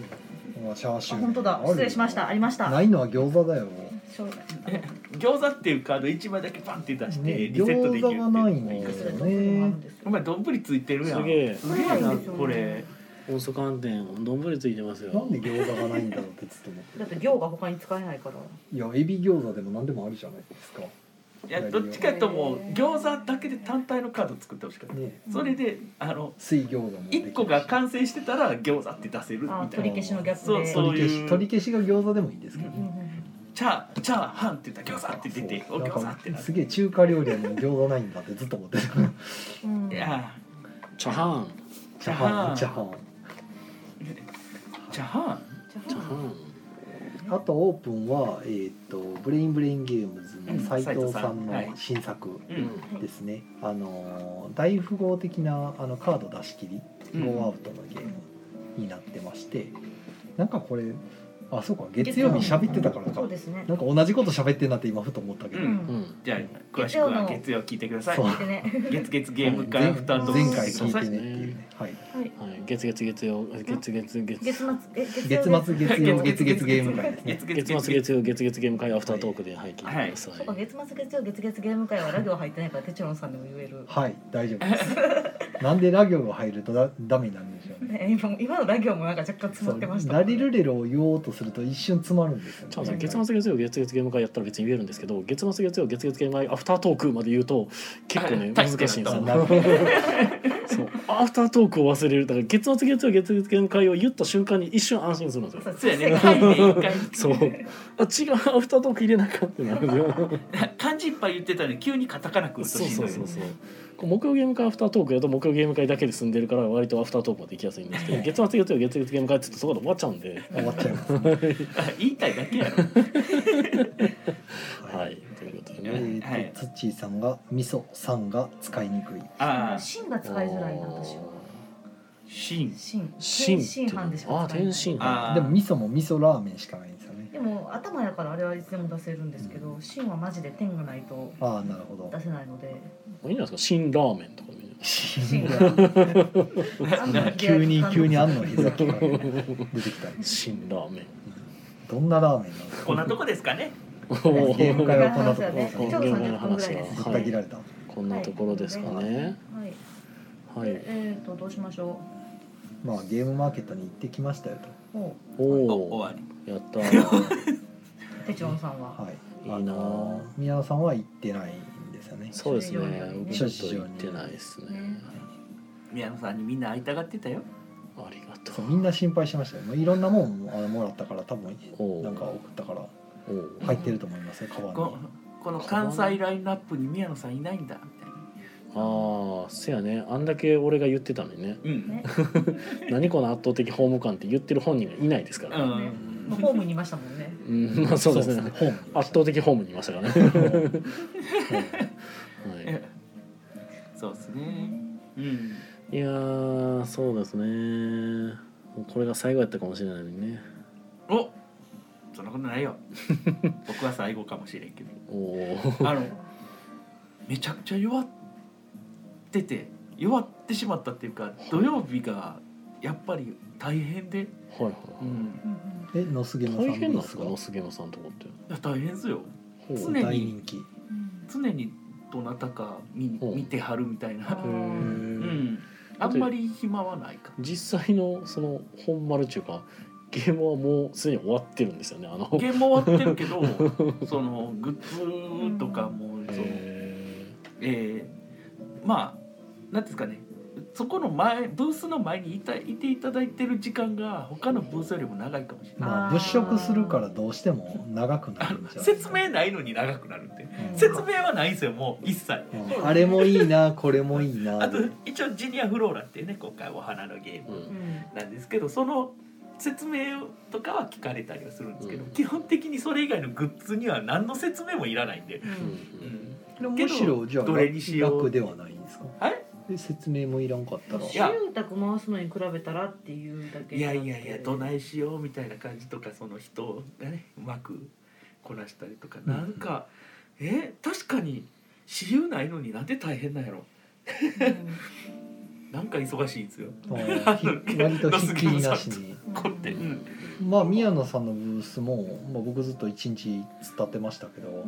B: うわチャーシ
D: あ
B: ュー
D: 本当だ
B: あるよ
D: 失礼しましたありました
B: ないのは餃子だよ
D: しょうがない
C: 餃子っていうカード一枚だけパンって出して
B: ね
C: リセットできるっていうのがいい
B: 餃子がないの
C: です
B: よ
C: よ。お
D: ごめ
C: 前
D: ん
C: どんぶりついてるやん。
A: すげえ
C: すげえ
D: これはい
C: ない
D: ですよね
C: これ。
A: 音速反転どんぶりついてます
B: な
A: よ
B: んで餃子がないんだろうってずっと思って
D: だって行が他に使えないから
B: いやエビ餃子でも何でもあるじゃないですか
C: いやどっちかともう餃子だけで単体のカード作ってほしかった。
B: ね
C: それであの
B: 水餃子もできる
C: 一個が完成してたら餃子って出せるみ
D: あ
C: たい
D: 取
C: な。
D: り消しのギャップ
C: そう
D: で
C: そう
B: 取り消
C: い
B: し
C: う
B: 取り消しが餃子でもいいですけど
D: うんうん
B: ね
D: うん
C: チャーチャーハンって言ったら餃子って出て
B: そ
C: お
B: うなん
C: 餃子
B: か
C: ってなる
B: す。げえ中華料理やのに餃子ないんだってずっと思ってる
D: うん
C: いや
A: チャーハン
B: チャーハン
C: チ
B: チャ
C: ャ
B: ー
C: ーハ
B: ハン
C: チャーハン
A: チャーハン
B: あとオープンは、えー、とブレインブレインゲームズ
C: うん
B: の斎藤さん
C: 斉藤さんはい
B: の新作
C: うん
B: ですね、あのー大富豪的なあのカード出し切り、
C: うん
B: ゴーアウトのゲームになってましてなんかこれあそうか月曜日喋ってたからか
D: そうですね
B: なんか同じこと喋ってんなって今ふと思ったけど、
C: う
D: うん
C: ん
A: うんうん
C: じゃあ詳しくは月曜聞いてください
B: そ。う
D: でね
C: 月月ゲーム会
B: 前
C: アフタートー
B: 前
C: ク
B: 回
C: して
B: 聞い
C: くだ
B: て
C: さい。
B: ねっていうね、はい、
D: はい
A: はい月月月曜月月月
D: 月末え
B: 月
D: 曜
B: 末月曜月月ゲーム会ですね
C: 月
A: 月
C: 月
A: 末月曜月月ゲーム会アフタートークではい聞いてくださ
D: そうか
A: い
D: 月末月曜月月ゲーム会はラ行入ってないからテチロンさんでも言える
B: はい大丈夫ですなんでラ行が入るとだダメなんでしょうね
D: ね今も今のラ行もなんか若干詰
B: そ
D: まってま
B: う
D: した
B: ラリルレロを言おうとすると一瞬詰まるんですよ
A: チャー
B: ね
A: さん月末月曜月月ゲーム会やったら別に言えるんですけど月末月曜月月ゲーム会アフタートークまで言うと結構ね
C: あ
A: 難しいんですよ
C: 大
B: なるほど
A: そうアフタートークを忘れるだから月末月曜月月ゲーム会を言った瞬間に一瞬安心するんですよ
C: そうやね。
D: 癖が入る
C: 一回
A: そうあ違うアフタートーク入れなかったなるんですよ
C: 漢字いっぱい言ってたのに急にカタカナくると
A: そう
C: しん
A: そ
C: ど
A: う
C: い
A: そ
C: ね
A: うそうこう木曜ゲーム会アフタートークだと木曜ゲーム会だけで済んでるから割とアフタートークまで行きやすいんですけど月末月曜月月ゲーム会って言うとそこで終わっちゃうんで
B: 終わっちゃいますね、
C: あ言いたいだけやろ
A: はいということで
B: え
A: ね
B: ー
C: は
B: とツ
C: い
B: ッチーさんが味噌さんが使いにくい
C: ああ
D: 芯が使いづらいな私は
C: 芯
D: 芯
A: 芯
D: 天津飯でし
A: あ
D: か
A: あ
D: 使えな
A: 天
D: い
A: 津飯
C: ああ
B: でも味噌も味噌ラーメンしかないんですよね
D: でも頭やからあれはいつでも出せるんですけど芯はマジで天がないと
B: ああなるほど
D: 出せないの で
A: いいんじゃないですか辛ラーメンとかね
D: 芯があんの
B: 急
D: 秀明
B: に
D: さんの
B: 急にあんの ひざきが出てきたり
A: 辛ラーメン
B: どんなラーメンなんです
C: こん
B: か
C: なとこですかね
A: お
B: ゲーム
A: ー
B: 会はこんなとこ
D: ね
A: こん
D: ち
A: な
D: ょう
A: ゲ
D: ど
A: ームの
D: 30分ぐら
A: 話
D: い
A: は
D: です
B: ぶった切られた
A: こんなところですかね
D: はい
A: は
D: で
A: い
D: えっとどうしましょ
B: まあゲームマーケットに行ってきましたよ
D: うも
A: お
C: お
A: お
C: 終わり
A: やったー
D: うテチロンさん
B: と
D: は
B: はい
A: いいなー
B: あの宮野さんは行ってないんですよね
A: そうですね僕ちょっと
B: 諸事
A: 行
B: 情
A: っ
B: に
A: てないですね
D: ね
C: 宮野さんにみんな会いたがってたよ
A: ありがと
B: そううみんな心配してましたよ、まあ、いろんなもんあのもらったから多分
A: おう
B: なんか送ったから
A: おう
B: 入ってると思いますよカバン
C: こ
B: に
C: この関西ラインナップに宮野さんいないんだみたいな
A: ああせやねあんだけ俺が言ってたのにね
C: うん
D: ね
A: 何この圧倒的ホーム感って言ってる本人がいないですか
C: う
A: ら、
C: ん
D: まあホームにいましたもんね
A: うんまあそうですね
B: ホームにいま
A: 圧
B: した
A: 倒的ホームにいましたからね、は
C: そうですねうん
A: い、いやーそうですねこれが最後やったかもしれないのにね
C: おそんなことないよ 僕は最後かもしれんけど
A: おお
C: あのめちゃくちゃ弱ってて弱ってしまったっていうか土曜日がやっぱり大変で、
A: はいは
C: うん、
D: うんうん
B: えノスゲ
A: い
B: ノさん
A: 大変なん
B: どう
A: ですか野杉野さんとこって
C: いや大変ですよ
A: ほう
C: 常に
B: 大人気
D: うん
C: 常にどなたか見
A: うん
C: 見てはるみたいな、
A: へ
C: う
D: う
A: ー
C: ん、あんまり暇はないか
A: 実際のその本丸っていうかゲームはもうすでに終わってるんですよねあの
C: ゲーム終わってるけどそのグッズとかもその、
A: え
C: えーまあなんていうんですかねそこの前ブースの前にいたいていただいてる時間が他のブースよりも長いかもしれない。
B: まあ
D: あー
B: 物色するからどうしても長くなるんじゃない
C: 説明ないのに長くなるって
B: うん
C: 説明はないんですよもう一切
B: うんあれもいいなこれもいいな
C: あと一応ジニアフローラっていうね今回お花のゲー
A: ーうん
C: ムなんですけどその説明とかは聞かれたりはするんですけど、
A: うん
C: 基本的にそれ以外のグッズには何の説明もいらないんで、
D: う
A: うんん
C: うん
B: でもむしろじゃあ
C: どれにしよう
B: 楽ではないんですか
C: はい
B: で説明もいらんかったら
C: や
D: 集客回すのに比べたらっていうだけ
C: いやいやいやど
D: い
C: ないしようみたいな感じとかその人がねうまくこなしたりとか、なんかえ確かに私有ないのになんで大変なんやろなんか忙しいんですよ
B: あー ひ割とひっきりなしに
C: こって、うん
B: まあ宮野さんのブースも、まあ、僕ずっと一日突っ立ってましたけど、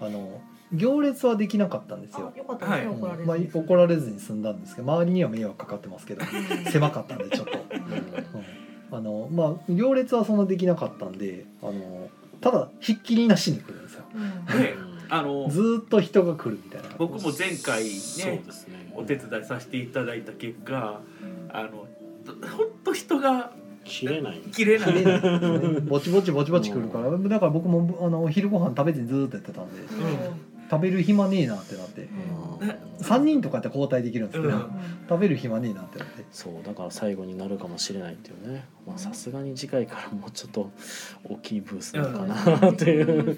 B: あの行列はできなかったんですよ
D: あ、よかったですね、
C: は
D: 怒ら
B: う
D: れ
B: ん
D: る、
B: まあ、怒られずに済んだんですけど周りには迷惑かかってますけど狭かったんでちょっと、うん、あのまあ行列はそんなできなかったんであのただひっきりなしに来るんですよ
C: ねあの
B: ずーっと人が来るみたいな
C: 僕も前回ね
A: そうですね
C: お手伝いさせていただいた結果
D: うん
C: あのとほんと人が
A: 切れない
C: 切れな
B: 綺麗
C: い
B: なんですよねぼちぼちぼちぼち来るからだから僕もあのお昼ご飯食べずにずーっとやってたんで食べる暇ねえなってなって3人とかやって交代できるんですけど、
C: うん
B: 食べる暇ねえなってなって
A: そうだから最後になるかもしれないっていうねまあさすがに次回からもうちょっと大きいブースなのかなっていう
B: っ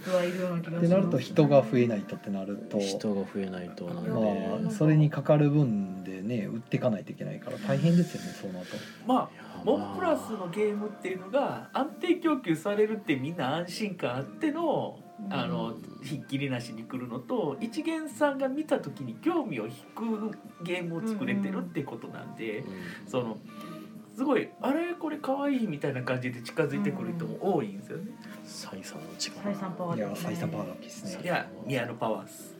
B: てなると人が増えないとってなると
A: 人が増えないとなんで、
B: まあそれにかかる分でね売っていかないといけないから大変ですよねそうなると
C: ま
A: い
C: あ
A: や
C: モ
A: まあ
C: ンプラスのゲームっていうのが安定供給されるってみんな安心感あってのあのひっきりなしに来るのと一元さんが見た時に興味を引くゲームを作れてるってことなんで
A: うん
C: そのすごいあれこれ可愛いみたいな感じで近づいてくる人も多いんですよね。
A: サイさんの力
D: 採算パワ
B: い
D: ーで
B: や
D: すね
B: 採算パワーだけです
C: い
B: ね
C: や宮野パワーっす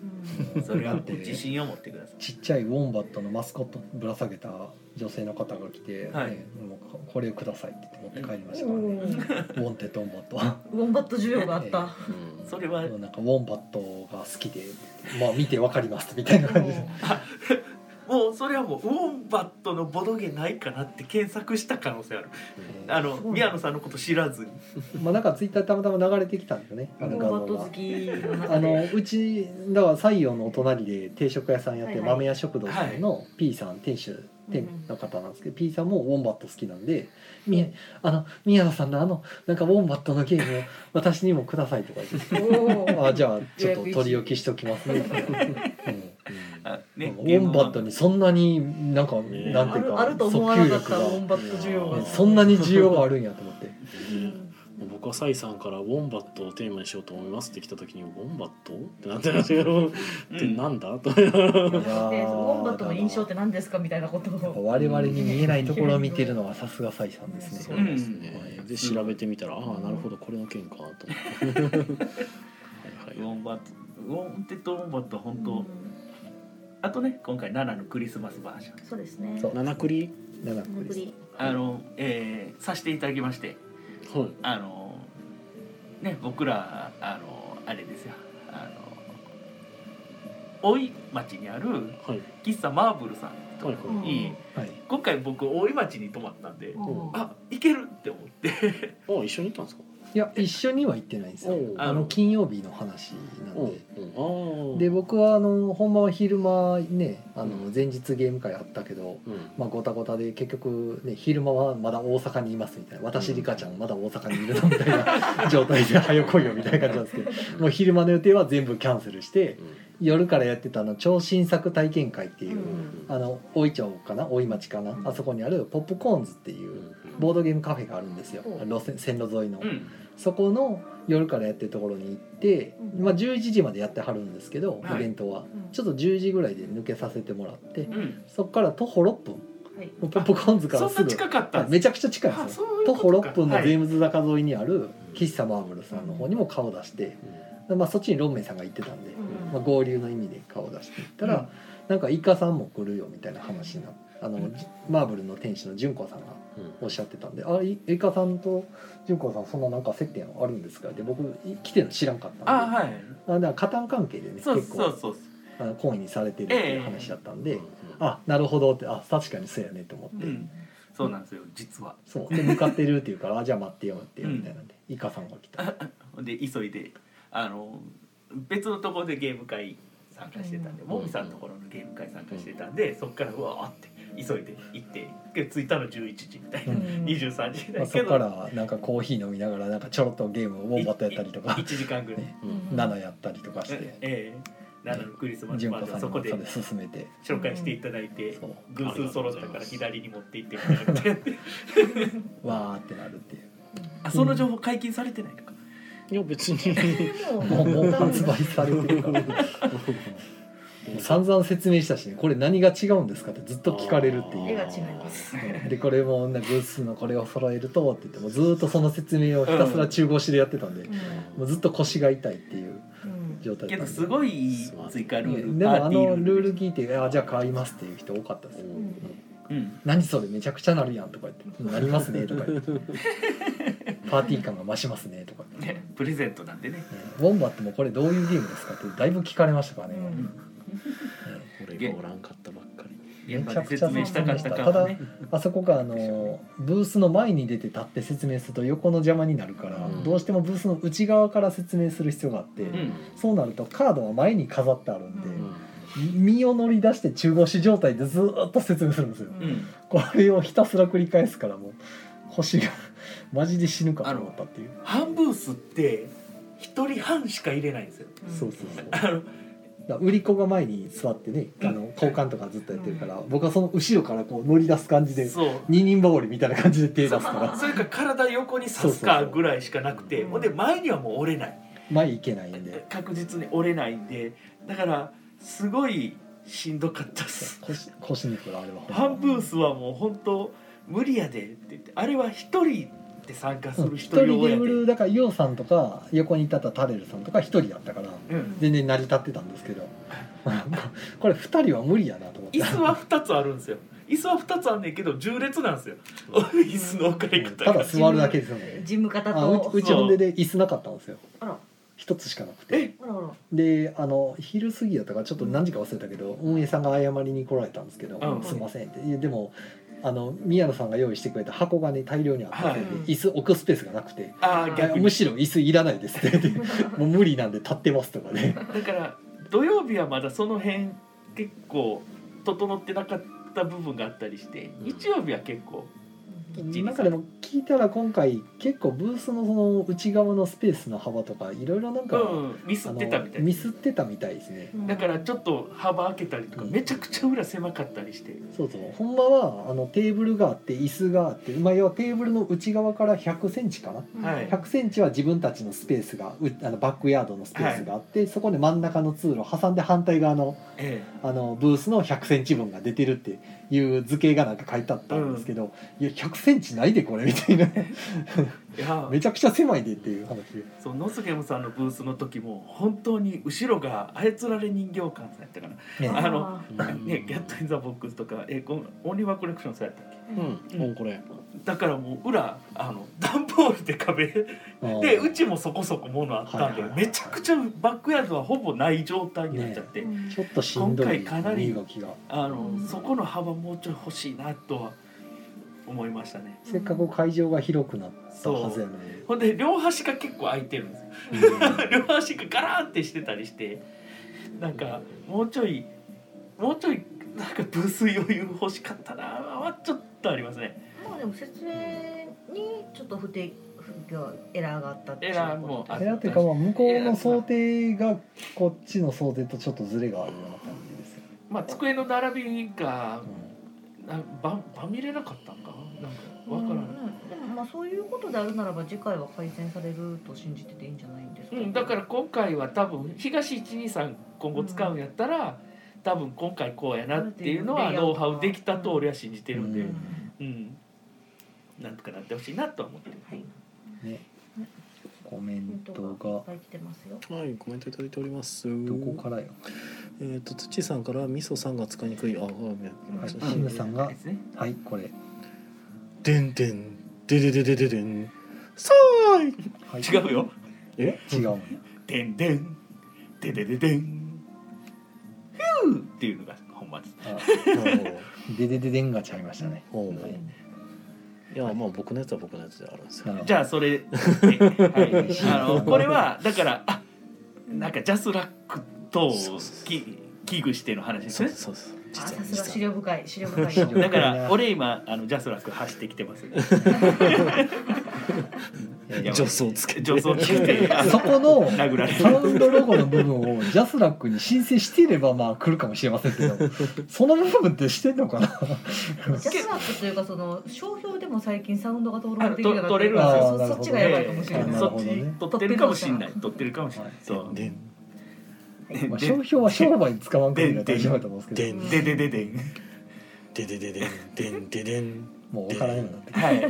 D: うん
C: それは もう自信を持ってください。
B: ちっちゃいウォンバットのマスコットぶら下げた女性の方が来て、
C: はい
B: ねもうこれをくださいって言って持って帰りましたからね、
D: ウ
B: ウォンテッドウォンバット
D: ォンバット需要があった。
A: うん
C: それは
B: なんかウォンバットが好きでまあ見てわかりますみたいな感じで
C: もうそれはもうウォンバットのボドゲないかなって検索した可能性あるあの
D: そう
C: 宮野さんのこと知らずに
B: まあなんかツイッターたまたま流れてきたんだよねあ
D: ウォ
B: の
D: ン
B: 画
D: バ
B: 像
D: ット
B: が
D: 好きの
B: あ
D: 中で。
B: のうちだから西洋のお隣で定食屋さんやって
D: はい
B: る
D: はい
B: 豆屋食堂さんの P さん店主店の方なんですけど P さんもウォンバット好きなんで「みあの宮野さんのあのなんかウォンバットのゲームを私にもください」とか言って
D: お
B: 「
D: ー
B: あじゃあちょっと取り置きしときます ね」うん
C: あ
B: ウ
C: ね
B: ォンバットにそんなになんか
A: ね
B: なん
D: あ
B: ていう
D: る
B: か
D: あると思わなかったウォンバット需要
A: う
D: が
A: ん
B: ね。そんなに需要があるんやと思って
A: ね僕はサイさんから「ウォンバットをテーマにしようと思います」って来た時に「ウォンバット?」ってなってましたけど「ってなんだ?」と
D: でウォンバットの印象って何ですかみたいなこと
B: やっぱ
D: を。
B: 我々に見えないところを見てるのはさすがサイさんです
A: そ
B: ね
A: う。ですね、
B: うん
A: で調べてみたらああなるほどこれの件かと思ってはい
C: ウォ
A: はい
C: ンバットウォンテッドウォンバットは本当、あとね今回7のクリスマスバージョン
D: そうですね。
B: そう
A: 七栗
B: 七
D: 無
B: 個です
D: 理
C: あの、えーさせていただきまして
A: はい
C: あのね僕らあのあれですよあの大井町にある
A: はい
C: 喫茶マーブルさん
A: はいはい
D: うん
C: に
B: はい。
C: 今回僕大井町に泊まったんで
D: うん
C: あ行けるって思って
A: あ一緒に行ったんですか
B: いや一緒には行ってないんですよ
A: おう
B: あの金曜日の話なん
A: うん
B: で、
A: うんああ
B: で僕はあのほんまは昼間ねあの前日ゲーム会あったけど、
A: うん
B: まあ、ごたごたで結局、ね、昼間はまだ大阪にいますみたいな私リカちゃんまだ大阪にいるのみたいな 状態で早来いよみたいな感じなんですけどもう昼間の予定は全部キャンセルして
A: う
B: 夜からやってたあの超新作体験会っていう、
A: ん
B: あの大井町かな大井町かな、あそこにあるポップコーンズっていうボードゲームカフェがあるんですよ
D: うん
B: 路線線路沿いの、
C: うん
B: そこの夜からやってるところに行って、
D: うん
B: まあ、11時までやってはるんですけど、
C: はい
B: イベントは
D: うん
B: ちょっと10時ぐらいで抜けさせてもらって、
C: うん
B: そこから徒歩6分
D: はい。
B: ポップコーンズか
C: そ
B: ら
C: ん
B: す
C: な
B: ぐ
C: 近かった
B: は
C: ん
B: い
C: で
B: め
C: す
B: ちゃくちゃ近いん
C: あ
B: ですよ
C: そういう
B: 徒
C: こ
B: 歩
C: とか
B: 6分の
C: はい
B: ジェームズ坂沿いにある喫茶マーブルさんの方にも顔出して、まあ、そっちにロンメイさんが行ってたんで、
D: うん
B: まあ、合流の意味で顔出していったら、
C: うん
B: なんかイカさんも来るよみたいな話になってあの、じマーブルの天使の純子さんがおっしゃってたんで「あいエイカさんと純子さんそんななんか接点あるんですか?」って僕い来てるの知らんかったんで
C: あはい
B: あだから加担関係でね
C: そう
B: 結
C: そ
B: 構
C: うそう
B: あの懇意にされてるっていう話だったんで、
A: うん
B: あなるほどってあ確かにそうやねと思って、
C: うんそうなんですよ実は
B: そうで向かってるっていうからあじゃあ待ってよってみたいなんで、イカさんが来た
C: で急いであの別のところでゲーム会参加してたんで、
D: う
C: もみさんのところのゲーム会参加してたんで、そっからうわーって急いで行ってけど着いたの11時みたいな、
B: うん
C: 23時
B: ま
C: だ
B: あ、そ
C: け
B: こか
C: ど、
B: らなんかコーヒー飲みながらなんかちょろっとゲームをウォンバットやったりとか
C: 1時間ぐらい、
A: うんうん
D: うん
B: 7やったりとかし
C: え
B: て
C: えなのクリスマス
B: 純
C: パー
B: 子
C: ティ
B: さん
C: ー
B: に
C: そこ
B: も
C: で
B: それ進めて
C: 紹介していただいて
B: そう
C: 偶数揃ったから左に持って行ってみたいなことやって
B: わーってなるっていう
C: あその情報解禁されてないのか
A: いや別に
B: もうもう発売
D: 売
B: されてるからもう散々説明したしねこれ何が違うんですかってずっと聞かれるって
D: 絵
B: い
D: が
B: う
D: 違います
B: でこれも女偶数のこれを揃えるとって言ってもうずーっとその説明をひたすら中腰でやってたんで、もうずっと腰が痛いっていう状態だ
C: け
B: った
C: ど
B: んです
C: ごい追加ルール
B: でも
C: パ
B: あ
C: ーティ
B: のルー
C: ル
B: ル聞いて「あじゃあ買います」っていう人多かったです
A: う
B: よ
A: ん
C: うん
B: 何それめちゃくちゃなるやん」とか言って「なりますね」とか言っ て「パーティー感が増しますね」とか言って。
C: ねプレゼントなんでね
B: ウォンバットもこれどういうゲームですかってだいぶ聞かれましたからね、
A: 俺がおらんかったばっかり
C: 現場で説明したかった
B: め
C: か
B: ちゃくちゃ
C: らね
B: あそこがあのブースの前に出て立って説明すると横の邪魔になるから、
A: うん
B: どうしてもブースの内側から説明する必要があって、
C: ん
B: そうなるとカードは前に飾ってあるんで、
D: うん
B: 身を乗り出して中腰状態でずーっと説明するんですよ、
C: うん
B: これをひたすら繰り返すからもう星がマジで死ぬかと思ったっていう
C: 半ブースって一人半しか入れないんですよ
B: そうそうそう
C: あ
B: だ
C: の
B: から売り子が前に座ってねあの交換とかずっとやってるから、僕はその後ろからこう乗り出す感じで
C: そう
B: 二人羽織みたいな感じで手出すから
C: それか体横に刺すかぐらいしかなくて
D: そうそうそ
C: ほ
D: う
C: んで前にはもう折れない
B: 前行けないんで
C: 確実に折れないんでだからすごいしんどかったっす
B: 腰腰肉があれば
C: ファンブースはもう本当無理やでって言ってあれは一人で参加す
B: うん
C: る
B: 一
C: 人
B: 人
C: 用
B: で
C: やで、
B: 売
C: う
B: る
C: ん
B: だからイオさんとか横にいたったタレルさんとか一人やったから全然成り立ってたんですけど これ二人は無理やなと思って
C: 椅子は2つあるんですよ椅子は2つあんねんけど重列なんですよ 椅子の置かれ方
B: ただ
C: が
B: 座るだけですよね
D: 事務方
B: あう
D: と
B: うちほんでで椅子なかったんですよ
D: あら
B: 一つしかなくて
C: え
D: あらあら
B: であの昼過ぎやったからちょっと何時か忘れたけど、運営さんが謝りに来られたんですけど「
C: うん
B: すいません」っていやでもあの宮野さんが用意してくれた箱がね大量にあったせいで、
D: はい
B: 椅子置くスペースがなくて
C: あ
B: 「
C: あ
B: いや
C: 逆に
B: むしろ椅子いらないです」 って言って「もう無理なんで立ってます」とか ね
C: だから土曜日はまだその辺結構整ってなかった部分があったりして
A: うん
C: 日曜日は結構地に
B: なんかでも聞いたら今回結構ブースのその内側のスペースの幅とかいろいろなん
C: う
B: か、
C: んミス
B: あ
C: ってたみたい
B: のミスってたみたいですね。
C: だからちょっと幅開けたりとか
B: うん
C: めちゃくちゃ裏狭かったりして
B: そうそうほんまはあのテーブルがあって椅子があって、まあ、要はテーブルの内側から100センチかな
C: はい
B: 100センチは自分たちのスペースがうあのバックヤードのスペースがあって、そこで真ん中の通路挟んで反対側の
C: え
B: あのブースの100センチ分が出てるっていう図形がなんか書いてあったんですけど、いや100センチないでこれみたいな
C: えいや
B: めちゃくちゃ狭いでっていう話
C: そうノスゲムさんのブースの時も本当に後ろが操られ人形館さんやったか
B: で、ね
C: あのな、
A: うん
C: ねギャット・イン・ザ・ボックスとかえこのオンリーワンコレクションされたっけ
A: うんもうこれ
C: だからもう裏あの段ボールで壁
B: うん
C: でうちもそこそこ物あったんで
B: はいはいはい
C: めちゃくちゃバックヤードはほぼない状態になっちゃって、
B: ちょっとしんどい
C: 今回かなり
B: 身動きが
C: あのそこの幅もうちょい欲しいなとは思いましたね
B: せっかく会場が広くなったはず
C: そ
B: や
C: う
B: のに
C: ほんで両端が結構空いてるんですよ両端がガランってしてたりしてなんかもうちょいもうちょいなんかブース余裕欲しかったなはちょっとありますね
D: まあでも説明にちょっと不定不業エラーがあったってい
C: エ
D: う
C: ラーもあ
B: あれだっていうかまあ向こうの想定がこっちの想定とちょっとずれがあるような感じですよ、
C: まあ机の並びが
B: うん
C: なばばみれなかったんかなんかわからない、
D: うんでもまあそういうことであるならば次回は改善されると信じてていいんじゃないんですか、
C: うん、だから今回は多分東123今後使うんやったら、多分今回こうやなっていうのはノウハウできたと俺は信じてるんで、
B: う
C: うん
B: ん
C: なんとかなってほしいなとは思ってる。
D: はい
B: ね、コメ
D: ヒン
B: ン
D: ト
B: ト
D: がいっ
B: が
D: ぱい来てますよ。
A: はい、コメントいただいております。
B: どこからよ
A: えっ、と、土さんから味噌さんが使いにくい。あ、あ、ね、
B: はい
A: そう
B: ハムさんが
C: ですね。
B: はいこれ
A: でんでん、ででででででん。さーい。
B: はい
C: 違うよ。
A: え、
B: 違うもん
C: でんでん。ででででん。ふうっていうのが本番です。
B: あ
A: も
B: ででででんがちゃいましたね
A: う、も
B: はいう
A: いや、まあ、僕のやつは僕のやつであるんですよ。
B: なるほど
C: じゃあそれ、ねはい、あのこれはだからあなんかジャスラックと
A: そうそうそう
C: き危惧しての話です
A: そう
C: ね
A: です、。そうです。実
D: あ、さ
A: は、
D: すが資
A: 実は。
D: 料深い、資料深い。
B: 資料
C: だ
B: 深
C: か
B: い
C: ら俺今あのジャスラック走ってきてます、ね。
B: えー
C: いや
A: 助走つけて。
C: 助走 つけてあの
B: そこの
C: 殴られ
B: サ
C: る。
B: ウンドロゴの部分をジャスラックに申請していればまあ来るかもしれません けどその部分ってしてんのかな
D: ジャスラックというかその商標でも最近サウンドが登録できるように
C: あ
D: な
C: と取れるん
B: ですよ
D: あーそそっちがやばいかもしれない。
B: なる
C: そ
B: ほど
C: っち
B: ね
C: 取ってるかもしれない。取ってるかもしれない。そう。
A: でん、
B: まあ商標は商売に使わん限りは大丈夫だと思うんです
A: で
B: けど
A: ん、
C: ででででん。
A: ででででん、でん、ででん。
B: もうおからにもなってきて、
C: はい。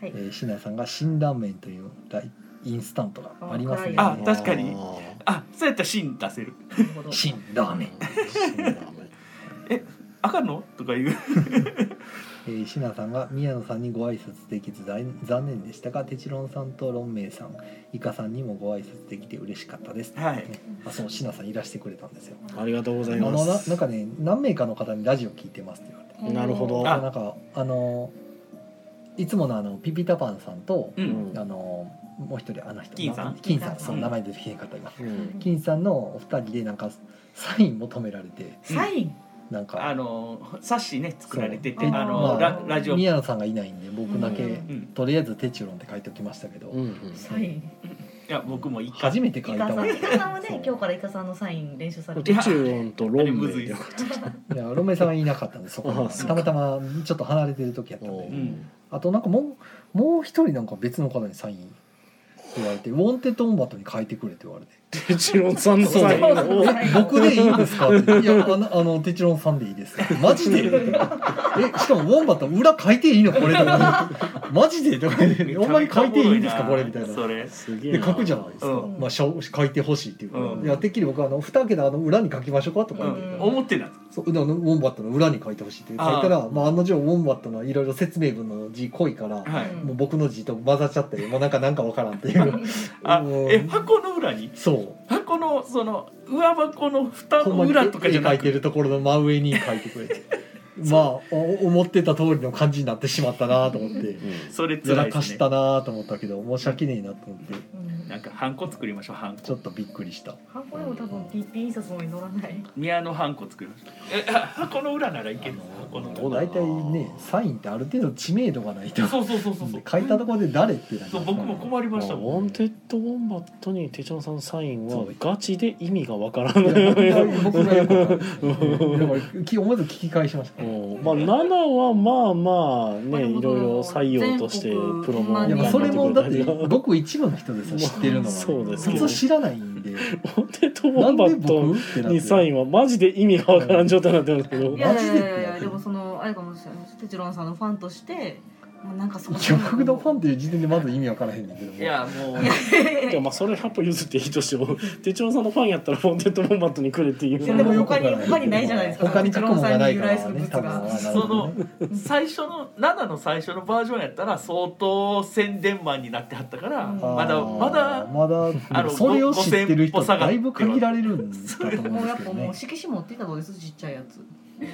B: えー、シナさんが「辛ラーメン」というライインスタントがありますね
D: あ
C: 辛い確かに
A: あー
C: あ、そうやったら芯出せる。
D: なるほど。
B: 辛ラーメン、
C: あかんのとか言う。
B: えー、シナさんが宮野さんにご挨拶できず残残念でしたがテチロンさんとロンメイさんイカさんにもご挨拶できて嬉しかったです、
C: はい
B: ねあそうシナさんいらしてくれたんですよ
A: ありがとうござ
B: あ
A: いま
B: のななん
A: す。
B: かね何名かの方にラジオ聞いてますって言われて
A: なるほど
C: あ
B: なんかあのいつものあのピピタパンさんと、
C: う。
A: うんん
B: あのもう一人あの人
C: 金さん
B: 金さんそう
C: うん
B: 名前出てけへんかった今
A: うん
B: 金さんのお二人でなんかサイン求められて
D: サイン。
B: なんか
C: あの冊子ね作られてて、
B: そうま
C: あの
B: あ
C: ララジオ。
B: 宮野さんがいないんで僕だけ、
D: うん
C: うん。
B: とりあえず「テチロン」って書いておきましたけど、
A: うんうん
D: サイン。
C: いや僕も一回。
B: 初めて
D: イ
B: 書い
D: カ
B: た
D: さ
B: わ
D: ん、
B: け
D: イカさんは
B: そう
D: ね今日からイカさんのサイン練習されて
A: テ
D: る。
A: チロンとロンメイでよかっ
B: いやロメさんはいなかったんでそこ
A: あ
B: は
A: そう。
B: たまたまちょっと離れてる時やったたんで、
C: ん
B: あとなんかもうもう一人なんか別の方にサイン言われて「ウォンテッド・オンバット」に書いてくれって言われて
A: テチロンさんのサインを。
B: 「僕でいいんですか?」って「いやあのあのテチロンさんでいいです」マジで?」えしかもウォンバット裏書いていいのこれ」とか「マジで?」とか「お前書いていいんですかこれ」みたいな。
C: それ。
A: すげえ
B: で
A: な。
B: 書くじゃないですか、
C: うん
B: まあ、しょ書いてほしいっていうから、
C: うん
B: いやてっきり僕はあの二桁あの裏に書きましょうかとか
C: う
B: 言って、
C: ん。思ってた。
B: そうであのウォンバットの裏に書いてほしいって書いたらまあ、案の定ウォンバットのいろいろ説明文の字濃いから、
C: は
D: う
C: い
D: ん。
B: もう僕の字と混ざっちゃってもうなんかなんかわからんっていう
C: あ
B: うん、
C: え箱の裏に。
B: そう
C: 箱のその上箱の蓋
B: ほんま
C: の
B: に
C: 裏とかじゃな
B: 絵描いて
C: く
B: るところの真上に書いてくれ てまあお思ってた通りの感じになってしまったなと思って
A: うん
C: それつ
B: や
C: ら
B: ら
C: い
B: か
C: です
B: し
C: ね
B: たなと思ったけど申し訳ねえなと思って
D: うん
C: なんかハンコ作りましょうハンコ
B: ちょっとびっくりした
D: ハンコでも多分 PP 印刷も乗らない。
C: 宮のハンコ作りましょうえあ箱の裏ならいける箱の裏
A: どうだろうな
B: 大体ねサインってある程度知名度がないと
C: そうそうそうそうそう
B: 書いたところで誰ってなります
C: そ
B: か
C: う
B: ら
C: 僕も困り
A: ま
C: ま
A: あ
C: した
A: ウォ
C: も
A: ン
C: ん
A: テッドウォンバットにテチロンさんのサイン
B: そ
A: は
B: う
A: ガチで意味がわからない。
B: いや僕がよくわかん ないだからき思わず聞き返しました、
A: うんまあ7はまあまあ
D: まあ
A: ね
D: でも
A: いろいろ採用としてプロモ
D: あ
B: いやまあ
D: 全
B: そ
D: 国
B: れもだって
A: ウ
B: 僕一部の人ですよ知ってるのは、
A: そうですけ
B: 普
A: ど
B: 通知らないんで
A: ォンテッドウォ
B: な
A: ン
B: ん
A: バ
B: で
A: ット
B: 僕ってなって
A: にサインはマジで意味がわからん状態になってますけど
B: ん。
D: いやいやいやいやでもそのあれかもしれないです。テチロンさんのファンとして、もうなんかそこ。
B: いや僕のファンっていう時点でまず意味わからへんねんけども
C: いやもう
A: いやまあそれ100歩譲っていいとしても手帳さんのファンやったらフォンテッドボンバットにくれっていう
D: い
B: そ
D: や
B: れ
D: で
B: も
D: も
B: よくわ
D: 他
B: から
D: に
B: ない
D: 他にないじゃないですか。
B: 他に書くもんがないからね
D: テチ
B: 多
D: ロン
B: 分
D: さんに由来する
B: なる
D: 物が。
B: ほどね
C: 最初の7の最初のバージョンやったら相当宣伝マンになってはったから
D: うん
C: まだ
B: あー
C: まだ
B: まだ
C: あの
B: それを知ってる人
C: ご5000
B: だいぶ限られるんだと思う
D: も
B: ん
D: う
B: で
D: や
B: す
D: っ
B: け
D: ぱ
B: ど
D: も
B: ね
D: う色紙持ってたのですちっちゃいやつ。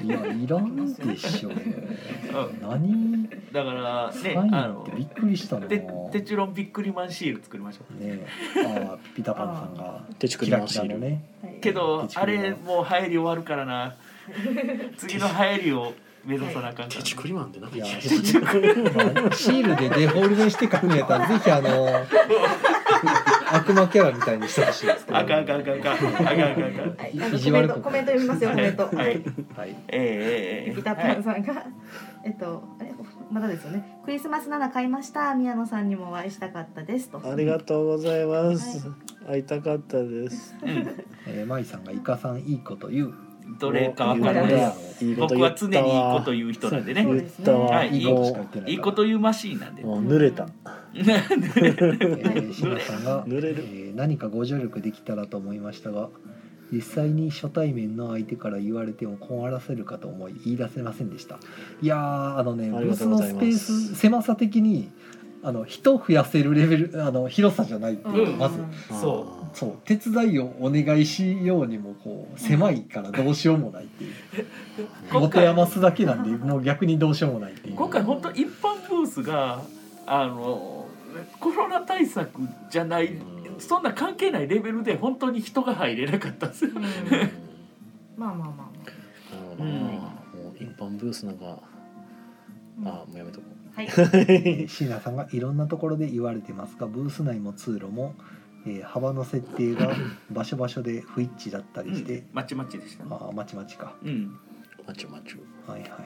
B: いやいらんでしょ
C: うん
B: 何
C: だから
B: サイ
C: ね
B: ン
C: あ
B: っ
C: の
B: てびっくりしたな
C: てテ
B: ね
C: チロンビックリマンシール作りましょう
B: あーピタパンさんが
A: 手帳
B: キ
A: り
B: ラ
A: ま
B: キ
A: し
B: ラ
A: い
B: の
A: る
B: ね
D: はい
C: けど
B: 手
C: あ
B: 作りは
C: れもう流行り終わるからな次の流行りを目指さなあかんか
A: 手
C: ら
A: 帳りマンって何
B: いやシールでデフォルメして書くんやったらぜひあの悪魔キャラみたいにしてほしいですけど
C: あかんあかんあかんあかんあかんあかんあかん
D: はいあの
B: 意
D: コ
B: 地
D: メン
B: 悪
D: ト
B: く
D: コメント読みますよコメント。
C: はい
B: はい
C: ええええええ
D: ピタパンさんが、えっとあれまだですよね。クリスマス7買いました。宮野さんにもお会いしたかったですと。
A: ありがとうございます会いたかったです
B: えー、マイさんがイカさんいいこと言う。
C: どれかわか
D: ん
C: らな
D: な
C: いい
D: で
C: です
A: いいこと
C: 僕
A: 言
C: は
A: った
C: 常
A: わ
C: にいいこと言う人なんでね
A: 言ったわ
C: はい
B: いいことしか言ってない。
C: いいこと言うマシーンなんで
A: もう濡れた
D: う
B: えー、シナさんが、え
A: 濡れる
B: ー何かご助力できたらと思いましたが実際に初対面の相手から言われても困らせるかと思い言い出せませんでしたいやーあのね
A: あ
B: ブ
A: り
B: ー
A: がと
B: ス
A: うご
B: の
A: ざい
B: ス
A: ま
B: ペ
A: す
B: ース狭さ的にあの人増やせるレベルあの広さじゃないっていうか、
C: うん
B: まず
C: そ
B: そう手伝いをお願いしようにもこう狭いからどうしようもないっていう
C: うん
B: 持て余すだけなんでもう逆にどうしようもないっていう
C: 今回本当一般ブースがあのコロナ対策じゃない、
A: うん
C: そんな関係ないレベルで本当に人が入れなかったんですよ。
D: うんまあまあま
A: なるほどな、もう一般ブースなんか
D: あまあ
A: あ。もうやめとこう
D: うんはい。
B: えー椎名さんがいろんなところで言われてますがブース内も通路も、えー幅の設定が場所場所で不一致だったりして、
C: まちまちでしたね。
B: ああまちまちか
C: うん
A: マチュマチュ
B: はいはいはい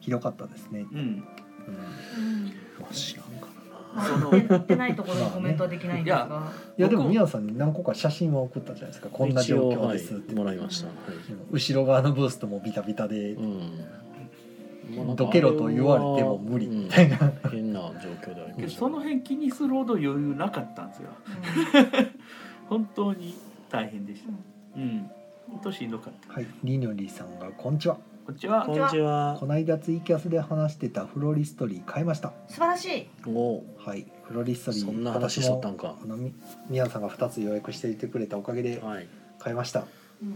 B: ひどかったですね、
C: うん。
B: うん
D: うん
A: 知らんから
D: まあ
C: その
D: やってないところのコメントはできないんですが。
B: いやでも
C: 僕も
B: 宮野さんに何個か写真は送ったじゃないですかこんな状況です
A: 一応
B: っ
A: はい
B: て、
A: もらいましたはい
B: うん後ろ側のブースともビタビタで
A: うんまあ
B: どけろと言われても無理みたいな、
A: うん変な状況でありました
C: け
A: ね
C: どその辺気にするほど余裕なかったんですよ。本当に大変でした。うん。本当しんどかった。
B: はいりにょりさんが「こんにちは」
C: こっちは
A: こんにちは
B: こないだツイキャスで話してたフロリストリー買いました
D: 素晴らしい。
A: お
B: はいフロリストリー
A: そんな話しとったんか
B: あのみ宮野さんが2つ予約していてくれたおかげで
A: はい
B: 買いました、